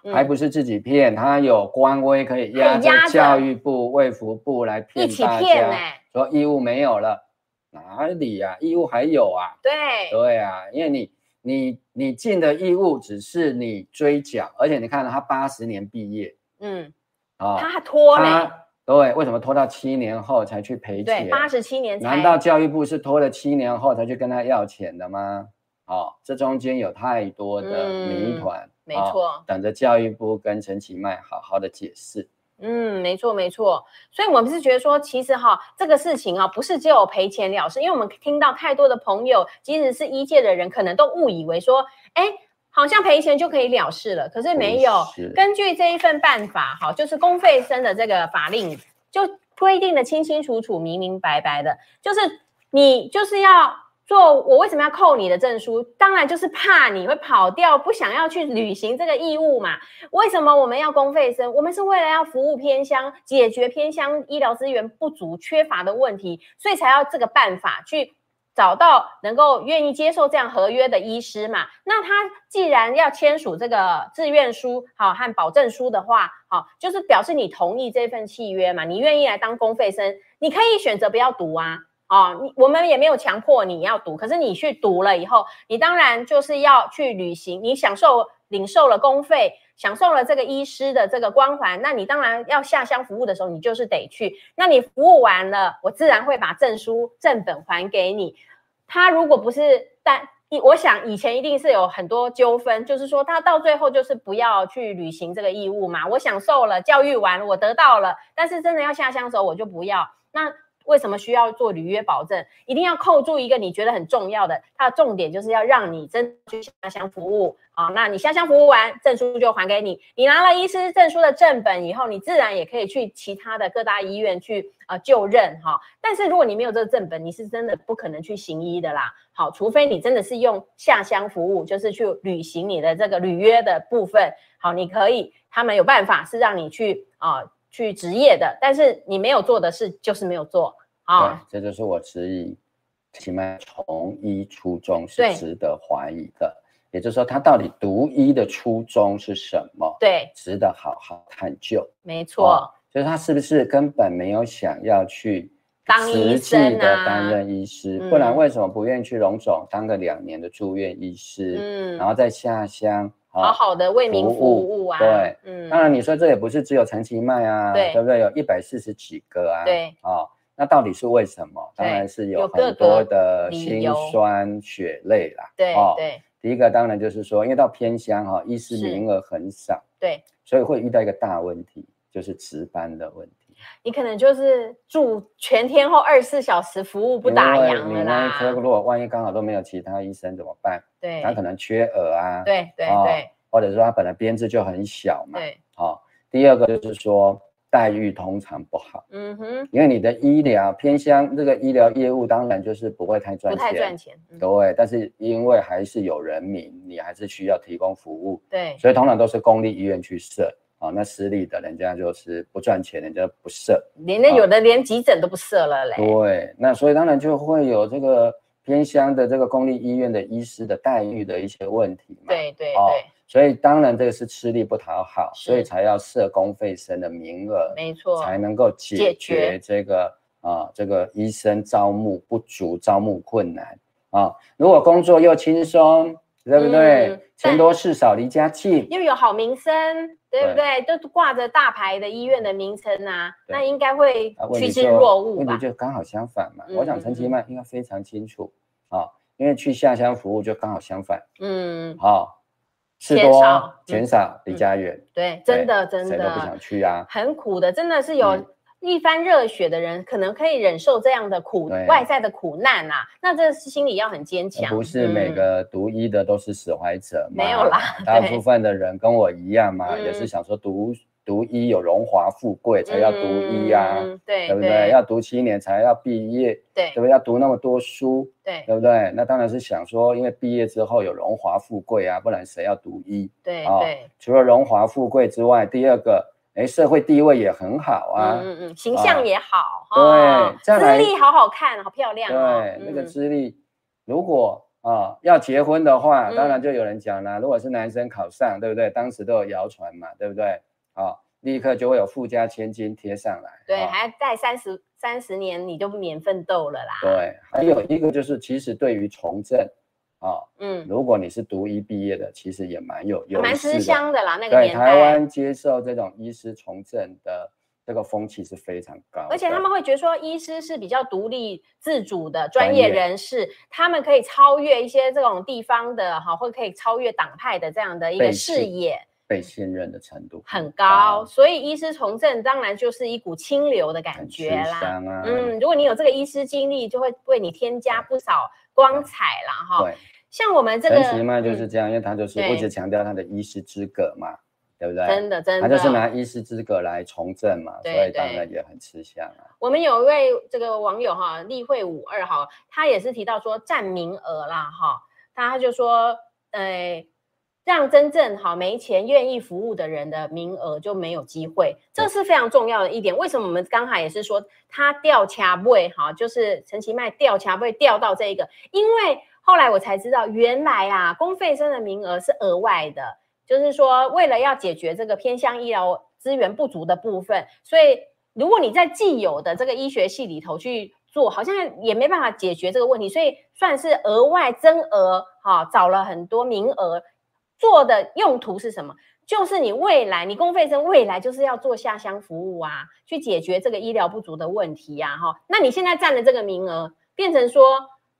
他还不是自己骗，他有官威可以
嗯可
压
以
着
压着
教育部、卫福部来骗
一起
大
骗欸
家
呢、
说义务没有了，哪里呀、义务还有啊？
对
对啊，因为你你你尽的义务只是你追缴，而且你看他八十年毕业
嗯，
啊，
他还拖呢、
他对为什么拖到七年后才去赔
对，
钱？
八十七年才
难道教育部是拖了七年后才去跟他要钱的吗？哦，这中间有太多的谜团，
嗯没
哦
错
等着教育部跟陈其迈好好的解释。
嗯，没错没错，所以我们是觉得说，其实哈，这个事情啊，不是只有赔钱了事，因为我们听到太多的朋友，即使是医界的人，可能都误以为说，哎，好像赔钱就可以了事了，可是没有
不是。
根据这一份办法，哈，就是公费生的这个法令，就规定的清清楚楚、明明白白的，就是你就是要。做我为什么要扣你的证书？当然就是怕你会跑掉，不想要去履行这个义务嘛。为什么我们要公费生？我们是为了要服务偏乡，解决偏乡医疗资源不足、缺乏的问题，所以才要这个办法去找到能够愿意接受这样合约的医师嘛。那他既然要签署这个志愿书，好、和保证书的话，好、就是表示你同意这份契约嘛，你愿意来当公费生，你可以选择不要读啊。哦，你我们也没有强迫你要读，可是你去读了以后，你当然就是要去履行，你享受领受了公费，享受了这个医师的这个光环，那你当然要下乡服务的时候，你就是得去。那你服务完了，我自然会把证书正本还给你。他如果不是但一，我想以前一定是有很多纠纷，就是说他到最后就是不要去履行这个义务嘛。我享受了教育完，我得到了，但是真的要下乡的时候我就不要。那为什么需要做履约保证？一定要扣住一个你觉得很重要的，它的重点就是要让你真的去下乡服务啊。那你下乡服务完，证书就还给你。你拿了医师证书的正本以后，你自然也可以去其他的各大医院去呃就任哈、但是如果你没有这个正本，你是真的不可能去行医的啦。好，除非你真的是用下乡服务，就是去履行你的这个履约的部分。好，你可以，他们有办法是让你去啊、去执业的，但是你没有做的事就是没有做啊。
对，这就是我质疑陈其迈从医初衷
对
是值得怀疑的，也就是说他到底读医的初衷是什么，
对，
值得好好探究。
没
哦
错，
就是他是不是根本没有想要去
当医
实际
生
的
啊
担任医师，
嗯
不然为什么不愿意去龙总当个两年的住院医师，
嗯，哦
然后再下乡？啊
好好的为民服
服务
务啊，
对，
嗯，
当然，你说这也不是只有陈其迈啊，
对
不对？有一百四十几个啊，
对，
哦，那到底是为什么？
对
当然是
有
有
各
很多
个
的
理
辛
由
酸血泪啦。
对
哦
对
第一个当然就是说，因为到偏乡哈、医师
是
名额很少，
对，
所以会遇到一个大问题，就是值班的问题。
你可能就是住全天候二十四小时服务不打烊
因为
了
你那一科
啦，
如果万一刚好都没有其他医生怎么办？
对
他可能缺额啊，
对对
哦
对
或者说他本来编制就很小嘛。
对，
哦，第二个就是说待遇通常不好。
嗯哼，
因为你的医疗偏乡这个医疗业务，当然就是不会太赚
不
钱，
太赚钱，嗯
对。但是因为还是有人民，你还是需要提供服务，
对
所以通常都是公立医院去设啊、哦那私立的人家就是不赚钱，人家不设。
连
哦
那有的连急诊都不设了嘞，
对，那所以当然就会有这个偏乡的这个公立医院的医师的待遇的一些问题嘛。
对对
哦
对，
所以当然这个是吃力不讨好，
是
所以才要设公费生的名额。
没错，
才能够
解
解
决
决这个啊、这个医生招募不足、招募困难啊、如果工作又轻松对不对？
嗯
钱多事少，离家近，
又有好名声，对不对？都挂着大牌的医院的名称啊，
对
那应该会
啊，问
趋
题
之
就
若鹜
问题
吧？
就刚好相反嘛。
嗯
我想陈其迈应该非常清楚啊、因为去下乡服务就刚好相反，
嗯，
啊、事
钱
多
少
钱少，离
嗯
家远，
对，真的
对
真
谁都不
的
想去啊。
很苦的，真的是有
嗯
一番热血的人，可能可以忍受这样的苦
对
外在的苦难啊，那这是心里要很坚强。
不是每
嗯
个独一的都是使怀者嘛，
没有啦
大
对
部分的人跟我一样嘛，
嗯
也是想说独独一有荣华富贵才要独一啊，
嗯对
对不对？要啊读七年才要毕业，
对
对不对？要读那么多书，
对
对不对？那当然是想说，因为毕业之后有荣华富贵啊，不然谁要独一？
对
哦
对，
除了荣华富贵之外，第二个，哎，社会地位也很好啊，
嗯嗯嗯，形象
啊
也好，
对
哦
再
资
来
历好好看，好漂亮哦，
对，那个
嗯
资历，如果啊要结婚的话，当
嗯
然就有人讲啦，如果是男生考上，对不对？当时都有谣传嘛，对不对？啊，立刻就会有富家千金贴上来。
对，
啊
还在三十三十年你就免奋斗了啦，
对，还有一个就是，其实对于从政啊，
嗯，
如果你是读医毕业的，其实也蛮有优势的。
蛮吃香的啦，那个
对，
年
台
代。
湾接受这种医师从政的这个风气是非常高的，
而且他们会觉得说，医师是比较独立自主的
专
专业
业
人士，他们可以超越一些这种地方的哈，或可以超越党派的这样的一个
背
视
弃
野
被信任的程度
很高，所以医师从政当然就是一股清流的感
很吃
觉啦。
香啊，
嗯，如果你有这个医师经历，就会为你添加不少光彩啦哈。
对。
像我们这个
陈其迈就是
嗯
这样，因为他就是
对
一直强调他的医师资格嘛，对不对？
真的真
他
的，
就是拿医师资格来从政嘛，所
对
以当
对
然也很吃香啊。
我们有一位这个网友哈，例会五二哈，他也是提到说占名额啦哈，他就说呃，让真正哈没钱愿意服务的人的名额就没有机会，这
对
是非常重要的一点。为什么我们刚才也是说他掉卡位哈，就是陈其迈掉卡位掉到这一个，因为后来我才知道，原来啊公费生的名额是额外的，就是说，为了要解决这个偏向医疗资源不足的部分，所以如果你在既有的这个医学系里头去做，好像也没办法解决这个问题，所以算是额外增额哈、找了很多名额，做的用途是什么？就是你未来，你公费生未来就是要做下乡服务啊，去解决这个医疗不足的问题呀、哈。那你现在占了这个名额，变成说，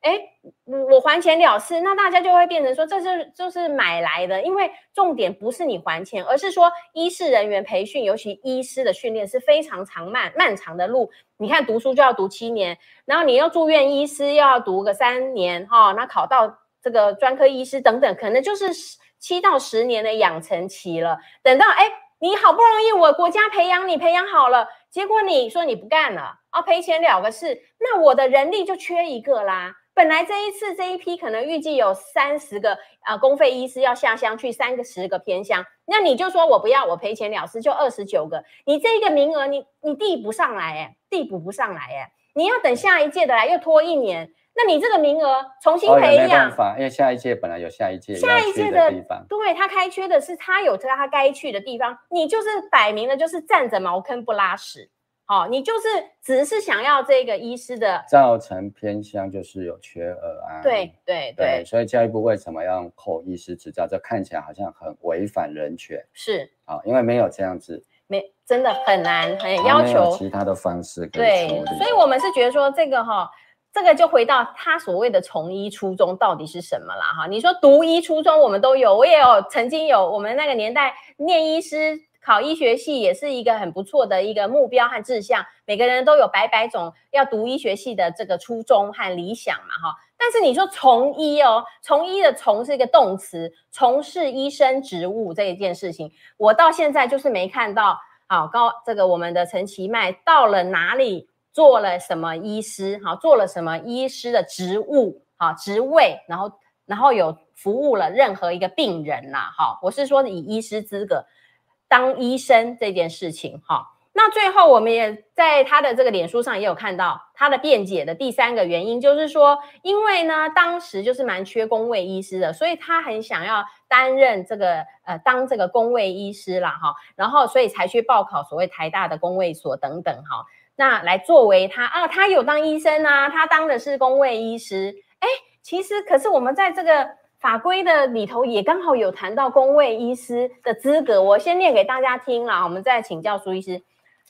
哎，嗯我还钱了事，那大家就会变成说这是就是买来的，因为重点不是你还钱，而是说医师人员培训，尤其医师的训练是非常长漫漫长的路。你看读书就要读七年，然后你要住院医师又要读个三年哈、那考到这个专科医师等等，可能就是十七到十年的养成期了。等到哎，你好不容易我国家培养你培养好了，结果你说你不干了啊，赔钱了个事，那我的人力就缺一个啦。本来这一次这一批可能预计有三十个啊公费医师要下乡去三个十个偏乡，那你就说我不要，我赔钱了事，就二十九个，你这个名额你你递不上来哎、递补不上来哎、你要等下一届的来又拖一年，那你这个名额重新
哦，也
培
没
养
办，法，因为下一届本来有下一届
下
要
一届
去
的
地方，
对他开缺的是他有他该去的地方，你就是摆明了就是站着茅坑不拉屎，哦，你就是只是想要这个医师的，
造成偏乡就是有缺额啊。
对对
对，
对，
所以教育部为什么要扣医师执照？这看起来好像很违反人权
是
啊，因为没有这样子，
没真的很难很
他
要
没有
求，
其他的方式可以
对
处理。，
所以我们是觉得说这个哈、这个就回到他所谓的从医初衷到底是什么啦哈？你说读医初衷我们都有，我也有曾经有，我们那个年代念医师考医学系也是一个很不错的一个目标和志向，每个人都有百百种要读医学系的这个初衷和理想嘛哈。但是你说从医哦，从医的从是一个动词，从事医生职务这一件事情，我到现在就是没看到好高这个我们的陈其迈到了哪里做了什么医师，好做了什么医师的职务，好职位，然后然后有服务了任何一个病人啦，哈，我是说以医师资格当医生这件事情，哈。那最后，我们也在他的这个脸书上也有看到他的辩解的第三个原因，就是说，因为呢，当时就是蛮缺公卫医师的，所以他很想要担任这个呃当这个公卫医师啦哈，然后所以才去报考所谓台大的公卫所等等哈，那来作为他啊，他有当医生啊，他当的是公卫医师，哎，其实可是我们在这个法规的里头也刚好有谈到公卫医师的资格，我先念给大家听啦，我们再请教苏医师。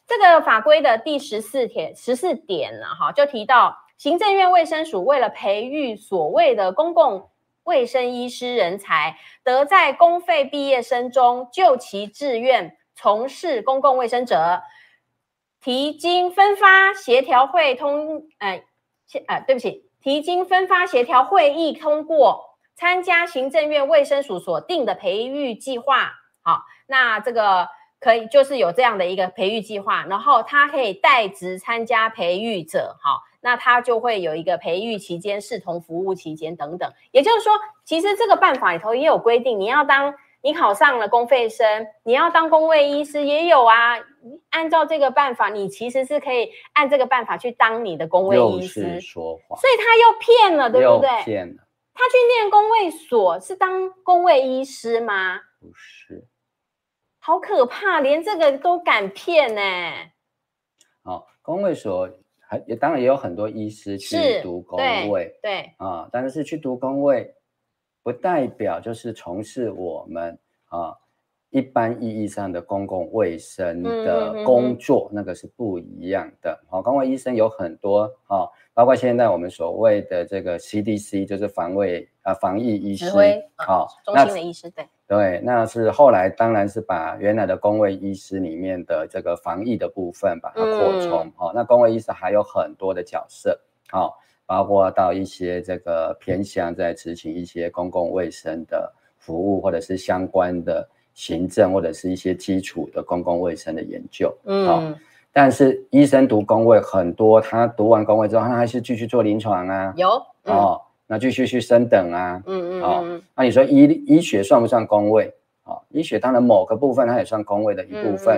这个法规的第十四条十四点呢，哈，就提到行政院卫生署为了培育所谓的公共卫生医师人才，得在公费毕业生中就其志愿从事公共卫生者，提经分发协调会通，呃，协呃，对不起，提经分发协调会议通过，参加行政院卫生署所定的培育计划。好，那这个。可以，就是有这样的一个培育计划，然后他可以代职参加培育者，好，那他就会有一个培育期间、视同服务期间等等。也就是说，其实这个办法里头也有规定，你要当你考上了公费生，你要当公卫医师也有啊。按照这个办法，你其实是可以按这个办法去当你的公卫
又
医师，
是说谎，
所以他又骗了，对不
又
对？
骗了，
他去念公卫所是当公卫医师吗？
不是。
好可怕，连这个都敢骗呢、
哦，公卫所还也当然也有很多医师去
是
读公
对
卫
对。
啊，但是去读公卫不代表就是从事我们啊一般意义上的公共卫生
嗯嗯
的
嗯
工作，那个是不一样的。好、公卫医生有很多啊，包括现在我们所谓的这个 CDC，就是防卫啊防疫医
指
师，
挥啊
好、
中
那
心的医师，对，
对，那是后来当然是把原来的公卫医师里面的这个防疫的部分把它扩充、哦。那公卫医师还有很多的角色，好、包括到一些这个偏乡在执行一些公共卫生的服务，或者是相关的行政，或者是一些基础的公共卫生的研究。
嗯，
但是医生读公卫很多，他读完公卫之后，他还是继续做临床啊，
有，嗯
哦，那继续去升等啊，
嗯嗯
好
嗯
那你说医医学算不算工位啊、医学当然某个部分它也算工位的一
嗯，
部分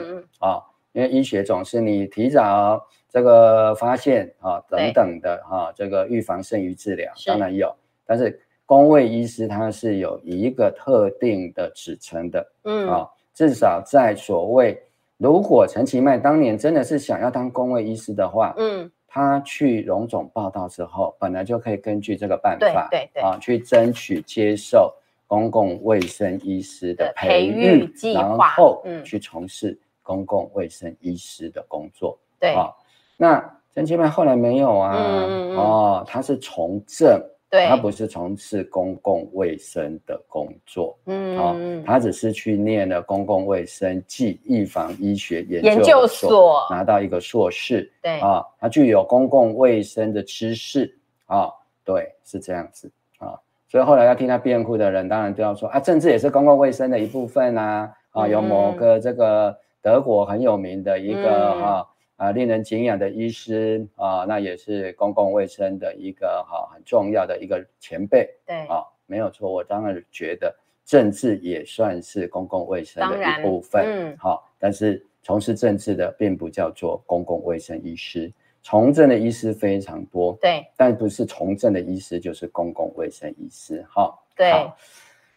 嗯，嗯
啊、因为医学总是你提早这个发现啊、等等的啊、这个预防胜于治疗
是
当然有，但是工位医师他是有一个特定的职称的啊、
嗯，嗯
至少在所谓如果陈其迈当年真的是想要当工位医师的话，
嗯，
他去荣总报道之后，本来就可以根据这个办
对
法，
对对
啊，去争取接受公共卫生医师的
的培
培
育
育
计
然
划
后
嗯
去从事公共卫生医师的工作。
对，
啊，那陈其迈后来没有啊，
嗯嗯嗯
哦，他是从政，
对，
他不是从事公共卫生的工作。
嗯，
哦
嗯，嗯
他只是去念了公共卫生暨预防医学研
研究
究所，
所，
拿到一个硕士。
对，
啊，它具有公共卫生的知识啊，对，是这样子啊。所以后来要替他辩护的人，当然都要说啊，政治也是公共卫生的一部分啊。啊，有某
嗯
个这个德国很有名的一个
嗯
哈啊令人敬仰的医师啊，那也是公共卫生的一个哈、很重要的一个前辈
对，
啊，没有错。我当然觉得政治也算是公共卫生的
当然
一部分，
嗯
好、但是从事政治的并不叫做公共卫生医师，从政的医师非常多，
对，
但不是从政的医师就是公共卫生医师，哈、
对
好，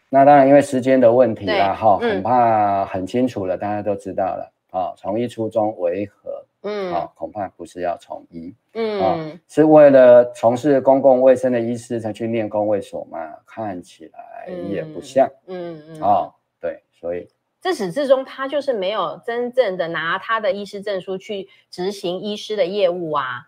那当然，因为时间的问题
对
啦，哈、
嗯
恐怕很清楚了，大家都知道了，啊、从医初衷为何？啊、
嗯，
恐怕不是要从医，
嗯，
是为了从事公共卫生的医师才去念公卫所嘛？看起来也不像
嗯嗯，嗯
啊、，对，所以
自始至终他就是没有真正的拿他的医师证书去执行医师的业务啊，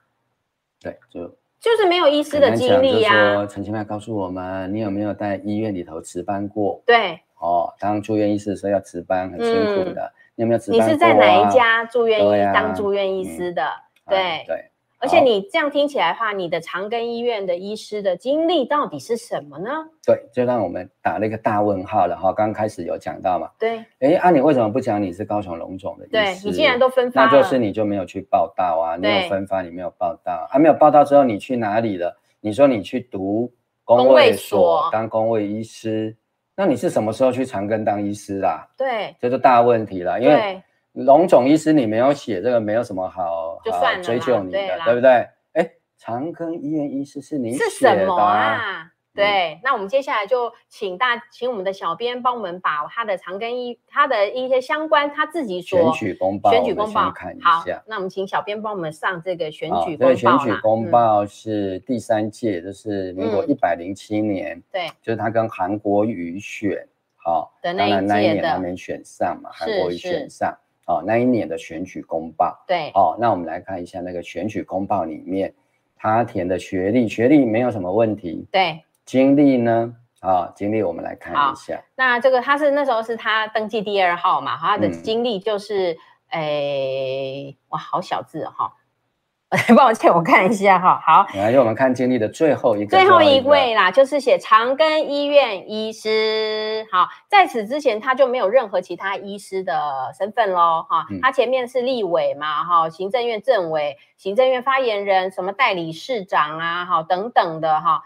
对，就
就是没有医师的经历
简单讲就
啊，
说陈其迈告诉我们，你有没有在医院里头值班过？
对，
哦，当住院医师的时候要值班，很辛苦的。你有没有值
嗯你
班过、啊？
是在哪一家住院
对
医
啊
当住院医师的？
啊？
对
对，
而且
好
你这样听起来的话，你的长庚医院的医师的经历到底是什么呢？
对，就让我们打了一个大问号了哈。刚开始有讲到嘛，
对
诶，啊，你为什么不讲你是高雄龙总的医
对，
师？
你既然都分发
那
了，
就是你就没有去报道啊，你有
对
分发，你没有报道啊，没有报道之后你去哪里了？你说你去读公
公卫
卫所
所
当公卫医师，那你是什么时候去长庚当医师啊？
对
这就大问题了，因为
对
龙总医师你没有写这个，没有什么好
就
好
算了啦
追究你
对
的，
啦
对不对？哎，长庚医院医师是你
是
写
什
的
么
啊，
啊？对，那我们接下来就请大请我们的小编帮我们把他的长庚医他的一些相关他自己所
选举公报，
选举公
我
报
们先看一
好
下，。
那我们请小编帮我们上这个选
啊
举
这
公
个选
报
举
啦。
公
嗯
报是第三届，就是民国
嗯
一百零七年，
对
就是他跟韩国瑜选，好、
的那
当然那
一
一
届
年他
的，
没选上嘛，韩
是
国瑜
是
选上，哦，那一年的选举公报，
对，
哦，那我们来看一下那个选举公报里面，他填的学历，学历没有什么问题，
对。
经历呢，啊、经历我们来看
好
一下，
那这个他是那时候是他登记第二号嘛，他的
嗯
经历就是，诶、哇，好小字哈、 哦，抱歉，我看一下哈、好，
来，就我们看经历的最后啊一个，
最后一
个
位啦，就是写长庚医院医师。好，在此之前他就没有任何其他医师的身份喽。哈
嗯，
他前面是立委嘛，哈，行政院政委、行政院发言人、什么代理市长啊，哈等等的哈。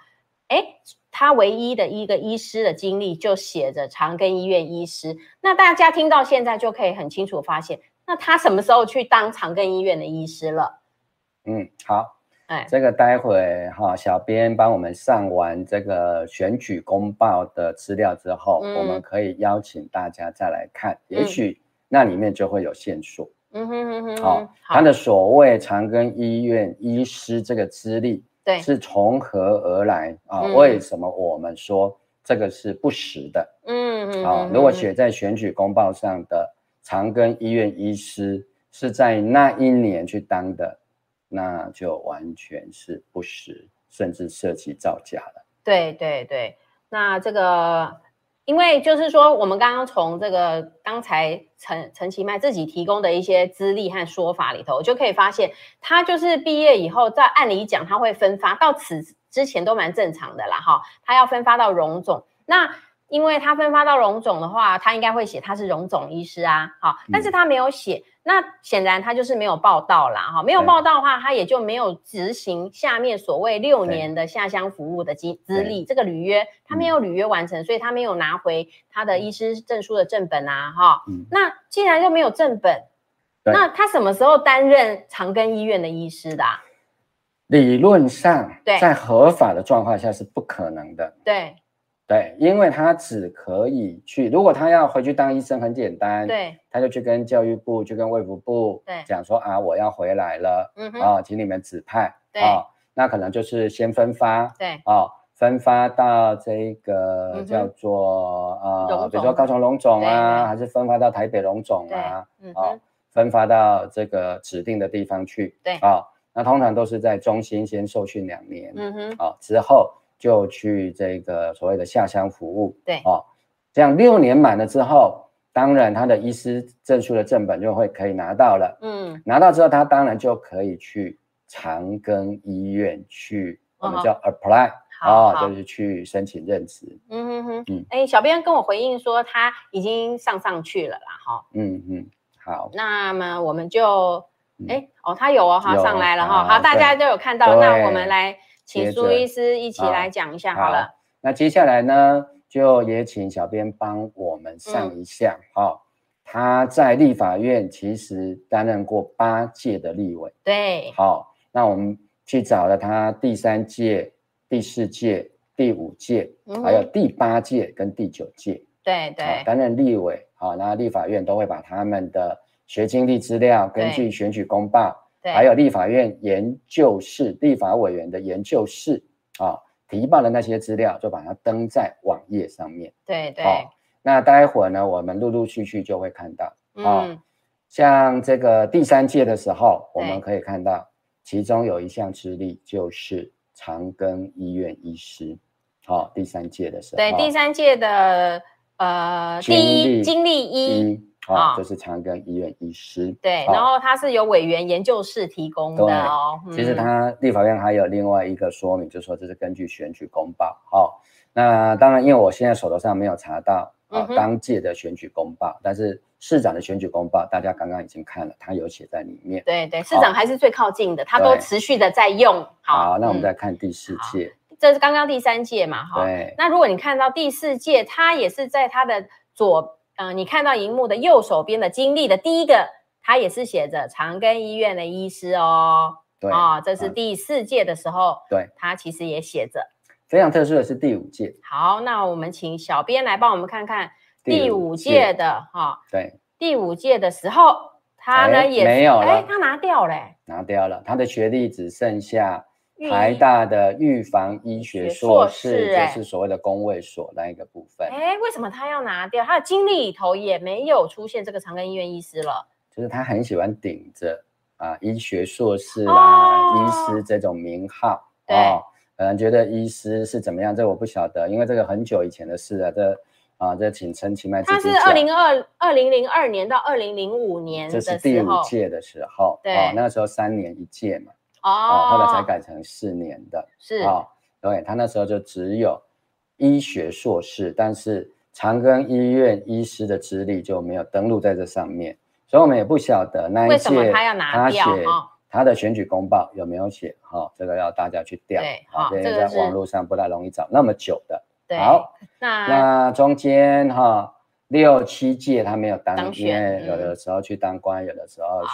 诶，他唯一的一个医师的经历就写着长庚医院医师。那大家听到现在就可以很清楚发现，那他什么时候去当长庚医院的医师了？
嗯，好，
哎，
这个待会哈，小编帮我们上完这个选举公报的资料之后，
嗯
我们可以邀请大家再来看，也
嗯
许那里面就会有线索。
嗯哼哼哼哼，
好、哦他的所谓长庚医院医师这个资历
对，
是从何而来啊、
嗯
为什么我们说这个是不实的
嗯嗯，
啊、
嗯
如果
嗯
写在选举公报上的长庚医院医师是在那一年去当的，那就完全是不实，甚至涉及造假了。
对对对，那这个，因为就是说，我们刚刚从这个刚才陈陈其迈自己提供的一些资历和说法里头，就可以发现，他就是毕业以后，在按理讲他会分发，到此之前都蛮正常的啦，哈，他要分发到荣总，那。因为他分发到荣总的话，他应该会写他是荣总医师啊，好，
嗯
但是他没有写，那显然他就是没有报道啦，哈，没有
对
报道的话，他也就没有执行下面所谓六
对
年的下乡服务的基资
对嗯
历，这个履约他没有履约完成，所以他没有拿回他的医师证书的正本啊，哈、
嗯
那既然又没有正本，
对
那他什么时候担任长庚医院的医师的、啊？
理论上
对，
在合法的状况下是不可能的。
对
对，因为他只可以去，如果他要回去当医生，很简单，，
对，
他就去跟教育部、去跟卫福部
对
讲说啊，我要回来了，
嗯哼，
啊，请你们指派，
对
啊，那可能就是先分发，
对
哦，分发到这
嗯
个
哼
叫做、呃，
荣
比如说
总
高雄龙总
对
啊，
对
还是分发到台北龙总
对
啊，，
嗯
啊、
哼，
分发到这个指定的地方去，
对
啊、那通常都是在中心先受训两年，啊、
嗯哼，
之后就去这个所谓的下乡服务，
对
啊、这样六年满了之后，当然他的医师证书的正本就会可以拿到了，
嗯，
拿到之后，他当然就可以去长庚医院去，我
嗯
们
哼
叫 apply
好
啊、
好
就是去申请任职。
嗯哼哼
嗯，
哎、小编跟我回应说他已经上上去了啦，哈、
嗯嗯，好，
那么我们就，
嗯
哎、哦，他有哦，好
有
上来了哈，
好
好，大家
对
就有看到，那
对
我们来请
接
苏
着
医师一起
好
来讲一下好了，
那接下来呢，就也请小编帮我们上
嗯
一下哦。他在立法院其实担任过八届的立委，
对，
好、那我们去找了他第三届、第四届、第五届，
嗯
还有
哼
第八届跟第九届。
对
啊
对，
担任立委啊，那立法院都会把他们的学经历资料根
对
据选举公报，
对，
还有立法院研究室、立法委员的研究室啊提报的那些资料，就把它登在网页上面。
对对，
好那待会儿呢，我们陆陆续续就会看到，好
嗯，
像这个第三届的时候，我们
对
可以看到，其中有一项资历就是长庚医院医师，好、第三届的时候，啊
对，第三届的呃第
哦经
一
历
经历一，
一啊，
啊
就是长庚医院医师。
对，
啊
然后它是由委员研究室提供的
对
哦，
其实
嗯
他立法院还有另外一个说明，就说这是根据选举公报。哦，那当然，因为我现在手头上没有查到啊、
嗯哼
当届的选举公报，但是市长的选举公报大家刚刚已经看了，他有写在里面。
对对，市长还是最靠近的，他都
对
持续的在用。
好，那我们
嗯
再看第四届，
这是刚刚第三届嘛，哈，
对
那如果你看到第四届，它也是在它的左，呃，你看到荧幕的右手边的经历的第一个，它也是写着长庚医院的医师哦，
对
哦，这是
嗯
第四届的时候，
对，
它其实也写着，
非常特殊的是第五届，
好，那我们请小编来帮我们看看第
第
五
五
届
届
的哈，
对，
第五届的时候，他呢
哎
也
没有
哎
了，
他拿掉嘞，
拿掉了，他的学历只剩下
御
台
医
大的预防医
学
学
硕
硕
士
士，
哎
就是所谓的工卫所那一个部分，
哎，为什么他要拿掉？他的经历里头也没有出现这个长庚医院医师了。
就是他很喜欢顶着啊医学硕士啦、
哦
医师这种名号，
对
哦，可能觉得医师是怎么样，这我不晓得，因为这个很久以前的事了，这啊这请陈其迈自
他
己
是
讲
二零二二零零二年到二零零五年
这
的
是第
时
五
候，
届的时候，
对
哦，那个时候三年一届嘛，
哦
哦，，后来才改成四年的，
是
啊、对他那时候就只有医学硕士，但是长庚医院医师的资历就没有登录在这上面，所以我们也不晓得那一届
为什么他要拿
他
掉哦
写
哈
他的选举公报有没有写哈、这个要大家去调，
对
啊
好
因
这
为
个
在
是嗯
网络上不太容易找那么久的。
对。
好，
那
那中间哈、六七届他没有当，
当
因
选嗯
为有的时候去当官，有的时候
哦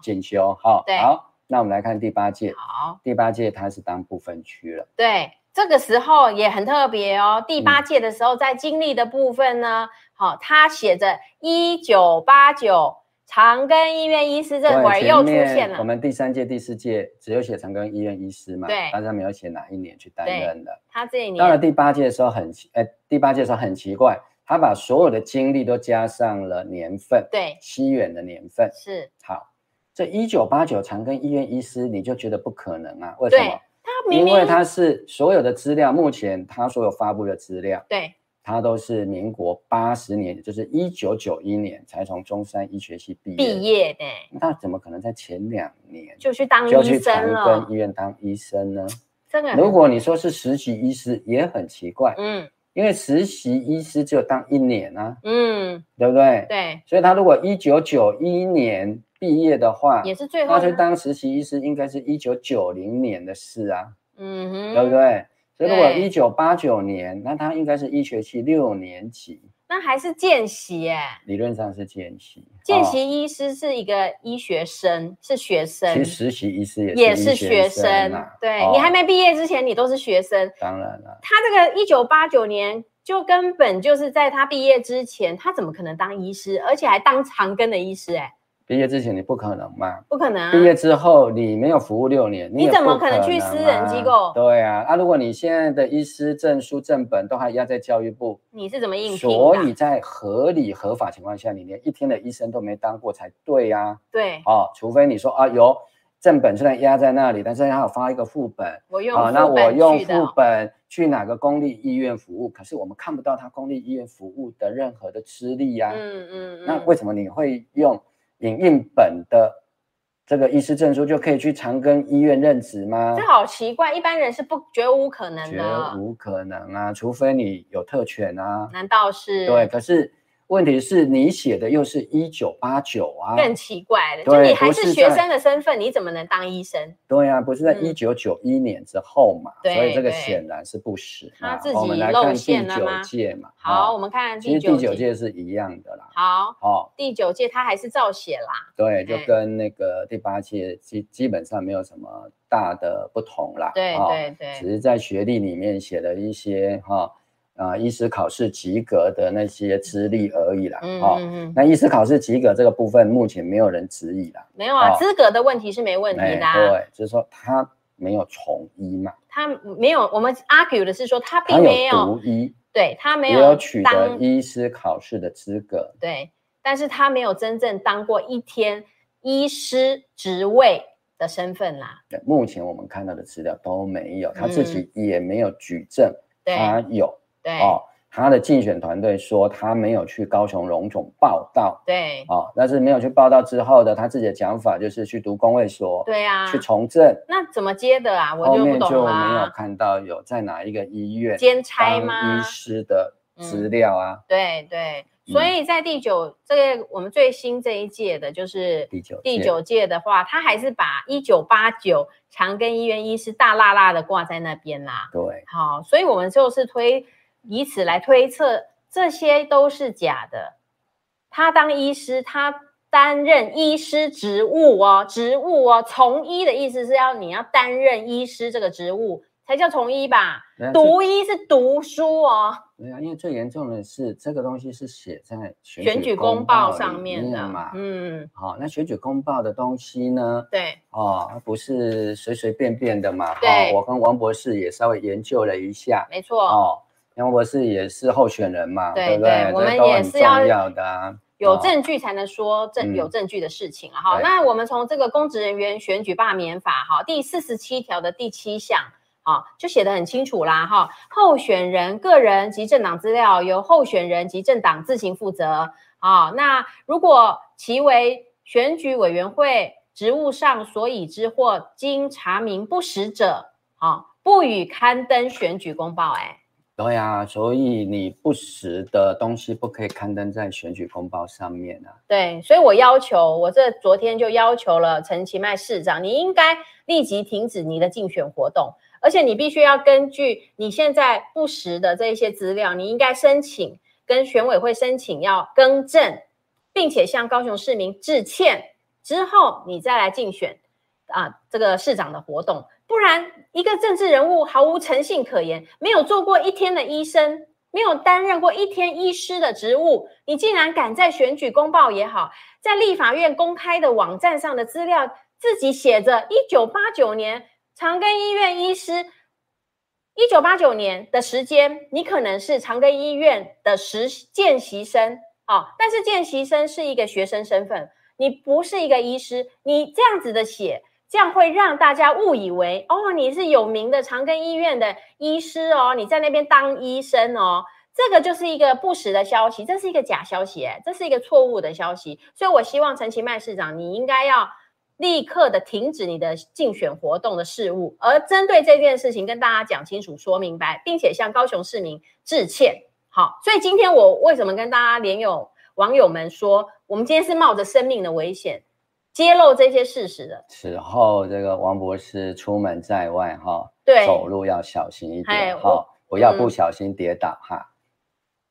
去进修哈、
对
好，那我们来看第八届，
好，
第八届他是当部分区了。
对。这个时候也很特别哦。第
嗯
八届的时候，在经历的部分呢，好、他写着一九八九长庚医院医师，这
对
会儿
前
又出
面
现了
我。们第三届、第四届只有写长庚医院医师嘛，
对
但是他没有写哪一年去担
对
任的。
他这一
到了
年
第八届的时候很奇，呃，第八届的时候很奇怪，他把所有的经历都加上了年份，
对
西元的年份。
是
好，这一九八九长庚医院医师，你就觉得不可能啊？为什
对
么？
他明
因
明
为他是所有的资料，目前他所有发布的资料，
对
他都是民国八十年，也就是一九九一年才从中山医学系毕业的
毕业的
那怎么可能在前两年
就去当
就
医
去
生
长
了
庚医，院当医生呢？
这个
如果你说是实习医师，也很奇怪，
嗯
因为实习医师只有当一年啊，
嗯
对不对？
对，
所以他如果一九九一年毕业的话，
也是最后
他去
呢
当实习医师应该是一九九零年的事啊，
嗯哼，
对不？对？所以如果
对
一九八九年，那他应该是医学系六年级，
那还是见习哎，
理论上是见习。
见
哦
习医师是一个医学生，是学生
其，实实习医师
也
也
是
是
学
生啊、
对、
哦
你还没毕业之前，你都是学生。
当然了。
他这个一九八九年。就根本就是在他毕业之前，他怎么可能当医师，而且还当长庚的医师、哎，
毕业之前你不可能嘛，
不可能、啊！
毕业之后你没有服务六年，
你
也
怎么
不
可能去
啊
私人机构
对啊，啊，如果你现在的医师证书正本都还压在教育部，
你是怎么应聘的
所
啊？
以在合理合法情况下，你连一天的医生都没当过才对呀、
对，
哦，除非你说啊有正本虽然压在那里，但是他有发一个副本，
我用
啊，那
副
我
本
用
去的
副
哦
本去哪个公立医院服务，可是我们看不到他公立医院服务的任何的资历啊呀、
嗯嗯，
那
嗯
为什么你会用影印本的这个医师证书就可以去长庚医院任职吗
这？好奇怪，一般人是不绝无可能
绝
的。哦
无可能啊，除非你有特权啊。
难道是
对，可是问题是你写的又是一九八九啊，
更奇怪了？就
对
你还
不
是
是
学
在
生的身份，你怎么能当医生？
对啊，不是在
嗯
一九九一年之后嘛，
对
所以这个
对
显然是不实
他
嘛。
自
我们
己
来
露
看第
馅了吗
九届嘛，
好，
哦
我们看
其
第
实
九
第九届是一样的啦。
好，
哦，
第九届他还是照写啦。
对，就
哎
跟那个第八届基基本上没有什么大的不同啦。
对
哦
对
只
对，
是在学历里面写了一些哈啊、医师考试及格的那些资历而已啦。
嗯
哦，
嗯嗯，
那医师考试及格这个部分，目前没有人质疑啦。
没有啊，
哦哎
资格的问题是没问题的啊。
对，就是说他没有从医嘛，
他没有，我们 argue 的是说他
他
并没
有
有，
读医，
对他没
也有
有
取得
当
医师考试的资格。
对，但是他没有真正当过一天医师职位的身份啦。
对，目前我们看到的资料都没有，他自己也没有举证，
嗯对
他有
对
啊哦。他的竞选团队说他没有去高雄荣总报道
对
哦，但是没有去报道之后的他自己的讲法就是去读工卫所，
对啊
去，从政，
那怎么接的啊？我
后
就不
面
懂
就
啦、
没有看到有在哪一个医院
兼差
当
吗嗯
医？师的资料啊。
对对，所
嗯
以在第九、这个我们最新这一届的，就是
第九
第
届
九届的话，他还是把一九八九长庚医院医师大辣辣的挂在那边啦。
对，
好，所以我们就是推以此来推测，这些都是假的。他当医师，他担任医师职务哦，职务哦，从医的意思是要你要担任医师这个职务，才叫从医吧？
对啊最
读医是读书哦，
对啊，因为最严重的是这个东西是写在
选举公报
报
上
里
面的
嘛。
嗯，
好、那选举公报的东西呢？
对，
哦，它不是随随便便的嘛。
对
哦，我跟王博士也稍微研究了一下。
没错。
哦，王博士也是候选人嘛，
对
不
对
对？
我
这
们
都
也
很
是
重
要
要的啊。
有
哦
证据才能说证
嗯
有证据的事情了哈。
对
那我们从这个公职人员选举罢免法哈第四十七条的第七项啊，就写得很清楚啦哈。候选人个人及政党资料由候选人及政党自行负责啊。那如果其为选举委员会职务上所已知或经查明不实者啊，不予刊登选举公报、哎，
对啊，所以你不实的东西不可以刊登在选举公报上面啊。
对，所以我要求，我这昨天就要求了陈其迈市长，你应该立即停止你的竞选活动，而且你必须要根据你现在不实的这一些资料，你应该申请跟选委会申请要更正，并且向高雄市民致歉，之后你再来竞选啊这个市长的活动，不然一个政治人物毫无诚信可言，没有做过一天的医生，没有担任过一天医师的职务，你竟然敢在选举公报也好，在立法院公开的网站上的资料自己写着一九八九年长庚医院医师。一九八九年的时间，你可能是长庚医院的实见习生啊，但是见习生是一个学生身份，你不是一个医师，你这样子的写，这样会让大家误以为哦，你是有名的长庚医院的医师哦，你在那边当医生哦，这个就是一个不实的消息，这是一个假消息、哎，这是一个错误的消息。所以我希望陈其迈市长，你应该要立刻的停止你的竞选活动的事务，而针对这件事情跟大家讲清楚、说明白，并且向高雄市民致歉。好，所以今天我为什么跟大家连友网友们说，我们今天是冒着生命的危险揭露这些事实的，
此后，这个王博士出门在外哈，
对
走路要小心一
哎
点哈，不要不
嗯
小心跌倒哈。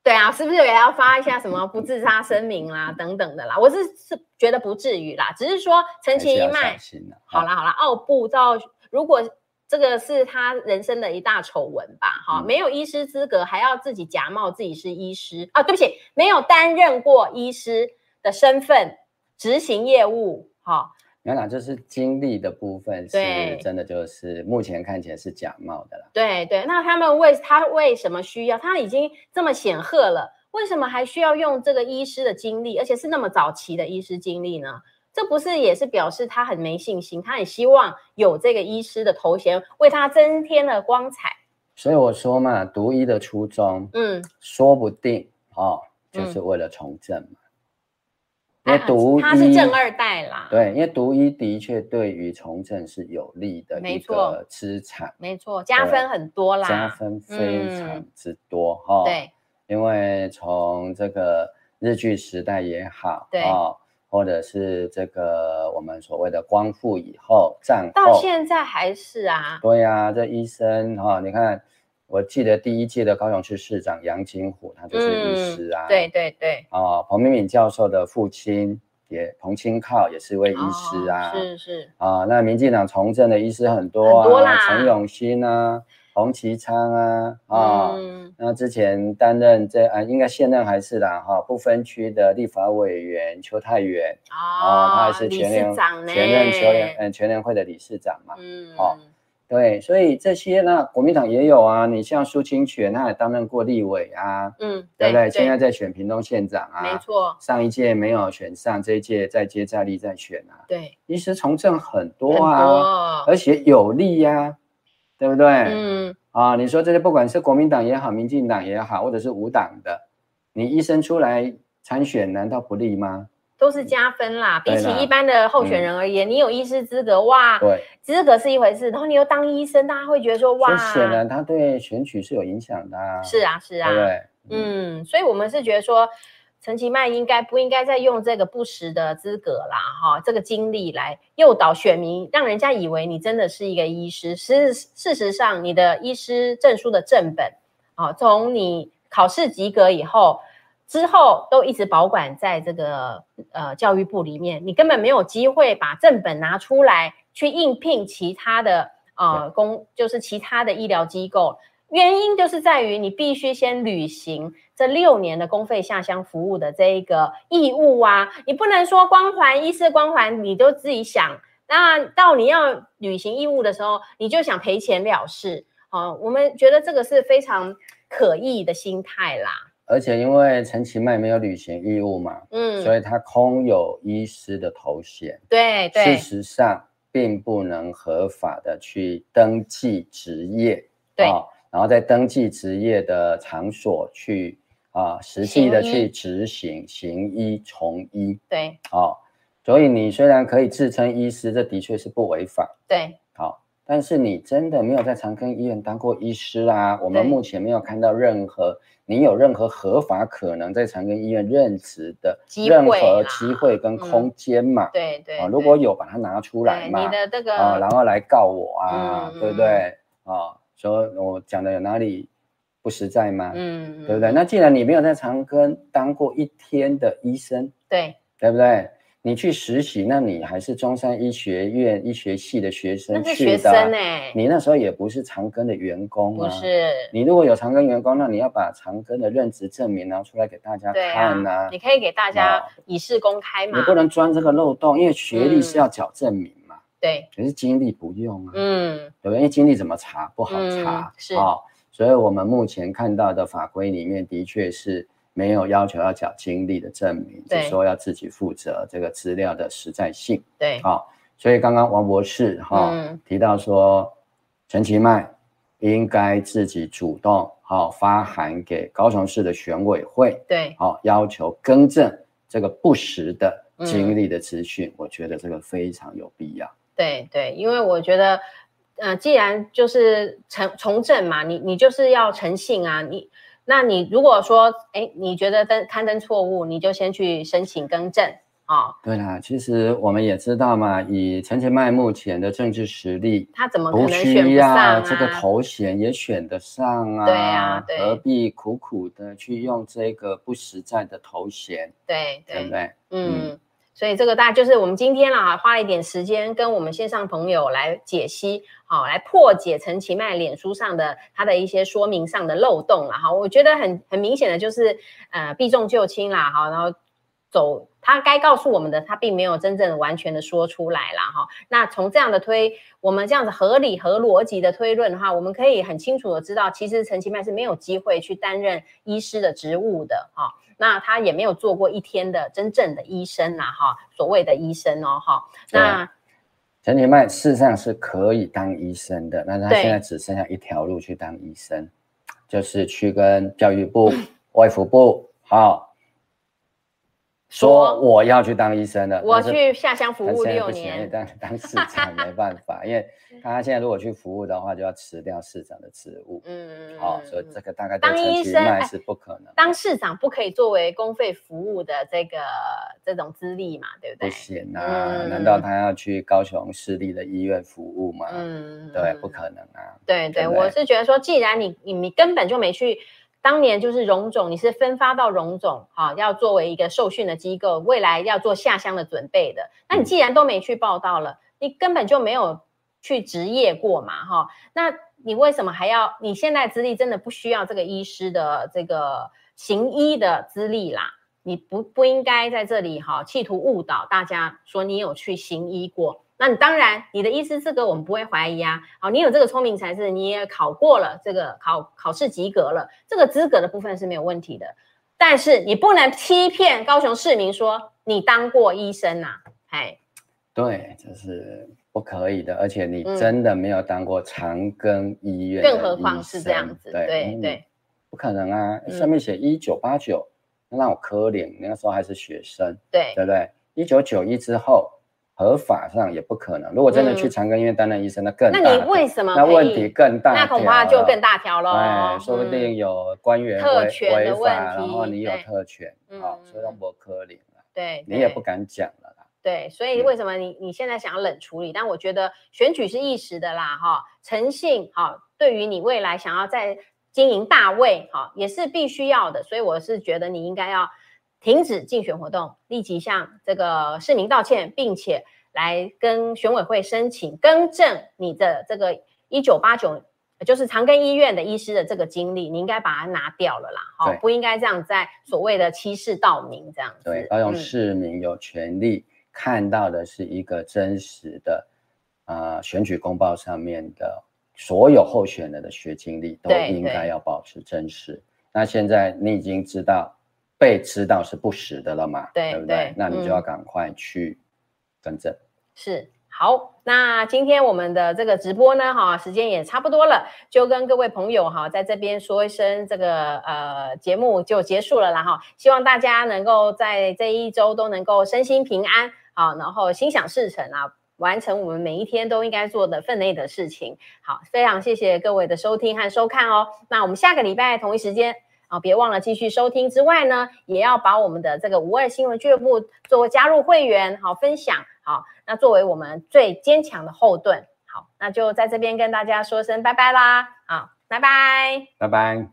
对啊，是不是也要发一下什么不自杀声明啦、等等的啦？我是是觉得不至于啦，只是说陈
还
其
是要
迈
小心了。
好，啦好啦，奥布到如果这个是他人生的一大丑闻吧，哈、
嗯
没有医师资格还要自己假冒自己是医师啊，对不起，没有担任过医师的身份执行业务，哈、
原来就是经历的部分
对
是真的，就是目前看起来是假冒的啦。
对对，那他们为他为什么需要？他已经这么显赫了，为什么还需要用这个医师的经历，而且是那么早期的医师经历呢？这不是也是表示他很没信心，他很希望有这个医师的头衔为他增添了光彩。
所以我说嘛，读医的初衷，
嗯，
说不定哦，就
嗯
是为了从政嘛。因
他
为读
他是
医
正二代啦，
对，因为读医的确对于从政是有利的
没
一
错
个资产，
没错，加分很多啦，
加分非常
嗯
之多哈、哦。
对，
因为从这个日据时代也好，
对
哦，或者是这个我们所谓的光复以后战
到
后，
现在还是啊，
对呀、这医生哈、你看，我记得第一届的高雄市市长杨金虎，他就是医师
嗯
啊，
对，对对，
啊、彭明敏教授的父亲也彭清靠也是位医师啊，
哦是是，
啊、那民进党从政的医师很多啊，
很多啦
陈永新啊，洪其昌啊，啊、
嗯，
那之前担任这啊，应该现任还是啦哈，不分区的立法委员邱泰源啊、他还是
哦理
全联
事长呢，
全任球员嗯全联会的理事长嘛。
嗯，
哦对，所以这些呢，国民党也有啊，你像苏清泉，他也担任过立委啊，
嗯，
对不对？
对，
现在在选屏东县长
没
啊，
错，
上一届没有选上，这一届再接再厉再选啊，
对，
医师从政很
很
多啊，
多，
而且有利呀、对不对？
嗯，
啊，你说这些不管是国民党也好，民进党也好，或者是无党的，你医生出来参选，难道不利吗？
都是加分啦。比
对
起
啦嗯
一般的候选人而言，你有医师资格，哇，
对，
资格是一回事，然后你又当医生，大家会觉得说，哇
所，以显然他对选举是有影响的、啊，
是啊，是
对
啊，
不对？
嗯，所以我们是觉得说，陈其迈应该不应该再用这个不实的资格啦，哈，这个经历来诱导选民，让人家以为你真的是一个医师。事事实上，你的医师证书的正本，啊，从你考试及格以后。之后都一直保管在这个呃教育部里面，你根本没有机会把正本拿出来去应聘其他的呃公就是其他的医疗机构。原因就是在于你必须先履行这六年的公费下乡服务的这一个义务啊，你不能说光环医师光环你就自己想，那到你要履行义务的时候，你就想赔钱了事啊、我们觉得这个是非常可疑的心态啦。
而且因为陈其迈没有履行义务嘛，
嗯，
所以他空有医师的头衔，
对
事
对
实上并不能合法的去登记职业，
对
啊然后在登记职业的场所去啊、实际的
行医
去执行行医从医
对
啊、所以你虽然可以自称医师，这的确是不违法，
对，
好、但是你真的没有在长庚医院当过医师啦、我们
对
目前没有看到任何你有任何合法可能在长庚医院任职的
机
任
会
何
啦
机会跟空间嘛。
对对
啊，如果
对
有把它拿出来
对
嘛
你，的这
啊，然
个
后来告我啊，
嗯
对不对？啊，说我讲的有哪里不实在吗？
嗯，
对不对？那既然你没有在长庚当过一天的医生，
对，
对不对？你去实习，那你还是中山医学院医学系的学生
那是
去
学
的
生
啊，
呢、
你那时候也不是长庚的员工
不
啊。
是。
你如果有长庚员工，那你要把长庚的任职证明拿出来给大家
对
看
啊，你可以给大家
啊
以示公开嘛
你。不能钻这个漏洞，因为学历是
嗯
要缴证明嘛，
对，
可是经历不用啊。
嗯，
对不对？因为经历怎么查不好
嗯
查，
是
啊、所以我们目前看到的法规里面的确是没有要求要缴经历的证明，只
对
说要自己负责这个资料的实在性
对，
啊、所以刚刚王博士哈、
嗯
提到说，陈其迈应该自己主动好、发函给高雄市的选委会，
对，
好、要求更正这个不实的经
嗯
历的资讯，我觉得这个非常有必要。
对，对，因为我觉得，呃，既然就是从从政嘛，你你就是要诚信啊，你。那你如果说，哎，你觉得登刊登错误，你就先去申请更正哦。
对啦，其实我们也知道嘛，以陈其迈目前的政治实力，
他怎么哦可
不
能选
需
不上啊？
要这个头衔也选得上啊，
对啊对
何必苦苦的去用这个不实在的头衔，
对
对
对
不，对？
嗯，所以这个大概就是我们今天啦，花了一点时间跟我们线上朋友来解析，好、来破解陈其迈脸书上的他的一些说明上的漏洞啦。哈，我觉得很很明显的就是呃避重就轻啦，哈，然后走他该告诉我们的，他并没有真正完全的说出来啦，哈。那从这样的推，我们这样子合理合逻辑的推论的话，我们可以很清楚的知道，其实陈其迈是没有机会去担任医师的职务的，哈、那他也没有做过一天的真正的医生啦，哈，所谓的医生哦，哈，那
陈其迈事实上是可以当医生的，但是他
对
现在只剩下一条路去当医生，就是去跟教 育部、外服部好、
说
说我要去当医生了，
我
但是
去下乡服
但
务
现在
六
不行啊因为
年，
当当市长没办法， 因为他现在如果去服务的话，就要辞掉市长的职务。
嗯，
哦，所以这个大概
当
对
医
陈其
生
迈
哎
是不可能，
当市长不可以作为公费服务的这个这种资历嘛，对不
不
对？
行啊！
嗯
难道他要去高雄市立的医院服务吗？
嗯，
对，不可能啊！
对对，
对不
我
对
是觉得说，既然你你你根本就没去，当年就是荣总，你是分发到荣总啊，要作为一个受训的机构，未来要做下乡的准备的。那
嗯
你既然都没去报道了，你根本就没有去职业过嘛，哈、那你为什么还要？你现在资历真的不需要这个医师的这个行医的资历啦。你不不应该在这里哈，企图误导大家说你有去行医过。那你当然，你的医师资格我们不会怀疑啊。好，你有这个聪明才智，你也考过了这个考考试及格了，这个资格的部分是没有问题的。但是你不能欺骗高雄市民说你当过医生呐、哎，
对，这是不可以的，而且你
嗯
真的没有当过长庚医院的医
更
生，
何况是这样子，对
嗯
对
不可能啊！
嗯
上面写一九八九，那我可怜，那个时候还是学生。
对
对不对？一九九一之后，合法上也不可能。如果真的去
嗯
长庚医院担任医生，那更
那
大
你为什么
那
可
问
以
题更大条
那
了，
恐怕就更大条喽。
哎，说不
嗯
定有官员
特
违
权的
违
问
法，然后
题
你有
对
特权啊，
嗯
所以都不可能了，
对，
你也
对
不敢讲了啦。
对，所以
嗯
为什么你你现在想要冷处理？但我觉得选举是一时的啦，哈，诚信哈，对于你未来想要在经营大位哈，也是必须要的。所以我是觉得你应该要停止竞选活动，立即向这个市民道歉，并且来跟选委会申请更正你的这个一九八九，就是长庚医院的医师的这个经历，你应该把它拿掉了啦，哈、
对
不应该这样在所谓的欺世盗名这样子。
对，高雄
嗯
市民有权利看到的是一个真实的，呃，选举公报上面的所有候选人的学经历都
对
应该
对
要保持真实。那现在你已经知道被知道是不实的了嘛？
对
不
对
对？那你就要
嗯
赶快去更正。
是。好，那今天我们的这个直播呢，哈，时间也差不多了，就跟各位朋友哈，在这边说一声，这个呃节目就结束了啦哈。希望大家能够在这一周都能够身心平安，好，然后心想事成啊，完成我们每一天都应该做的分内的事情。好，非常谢谢各位的收听和收看哦。那我们下个礼拜同一时间啊，别忘了继续收听。之外呢，也要把我们的这个五二新闻俱乐部作为加入会员，好分享，好，那作为我们最坚强的后啊盾。好，那就在这边跟大家说声拜拜啦，好，拜拜。
拜拜。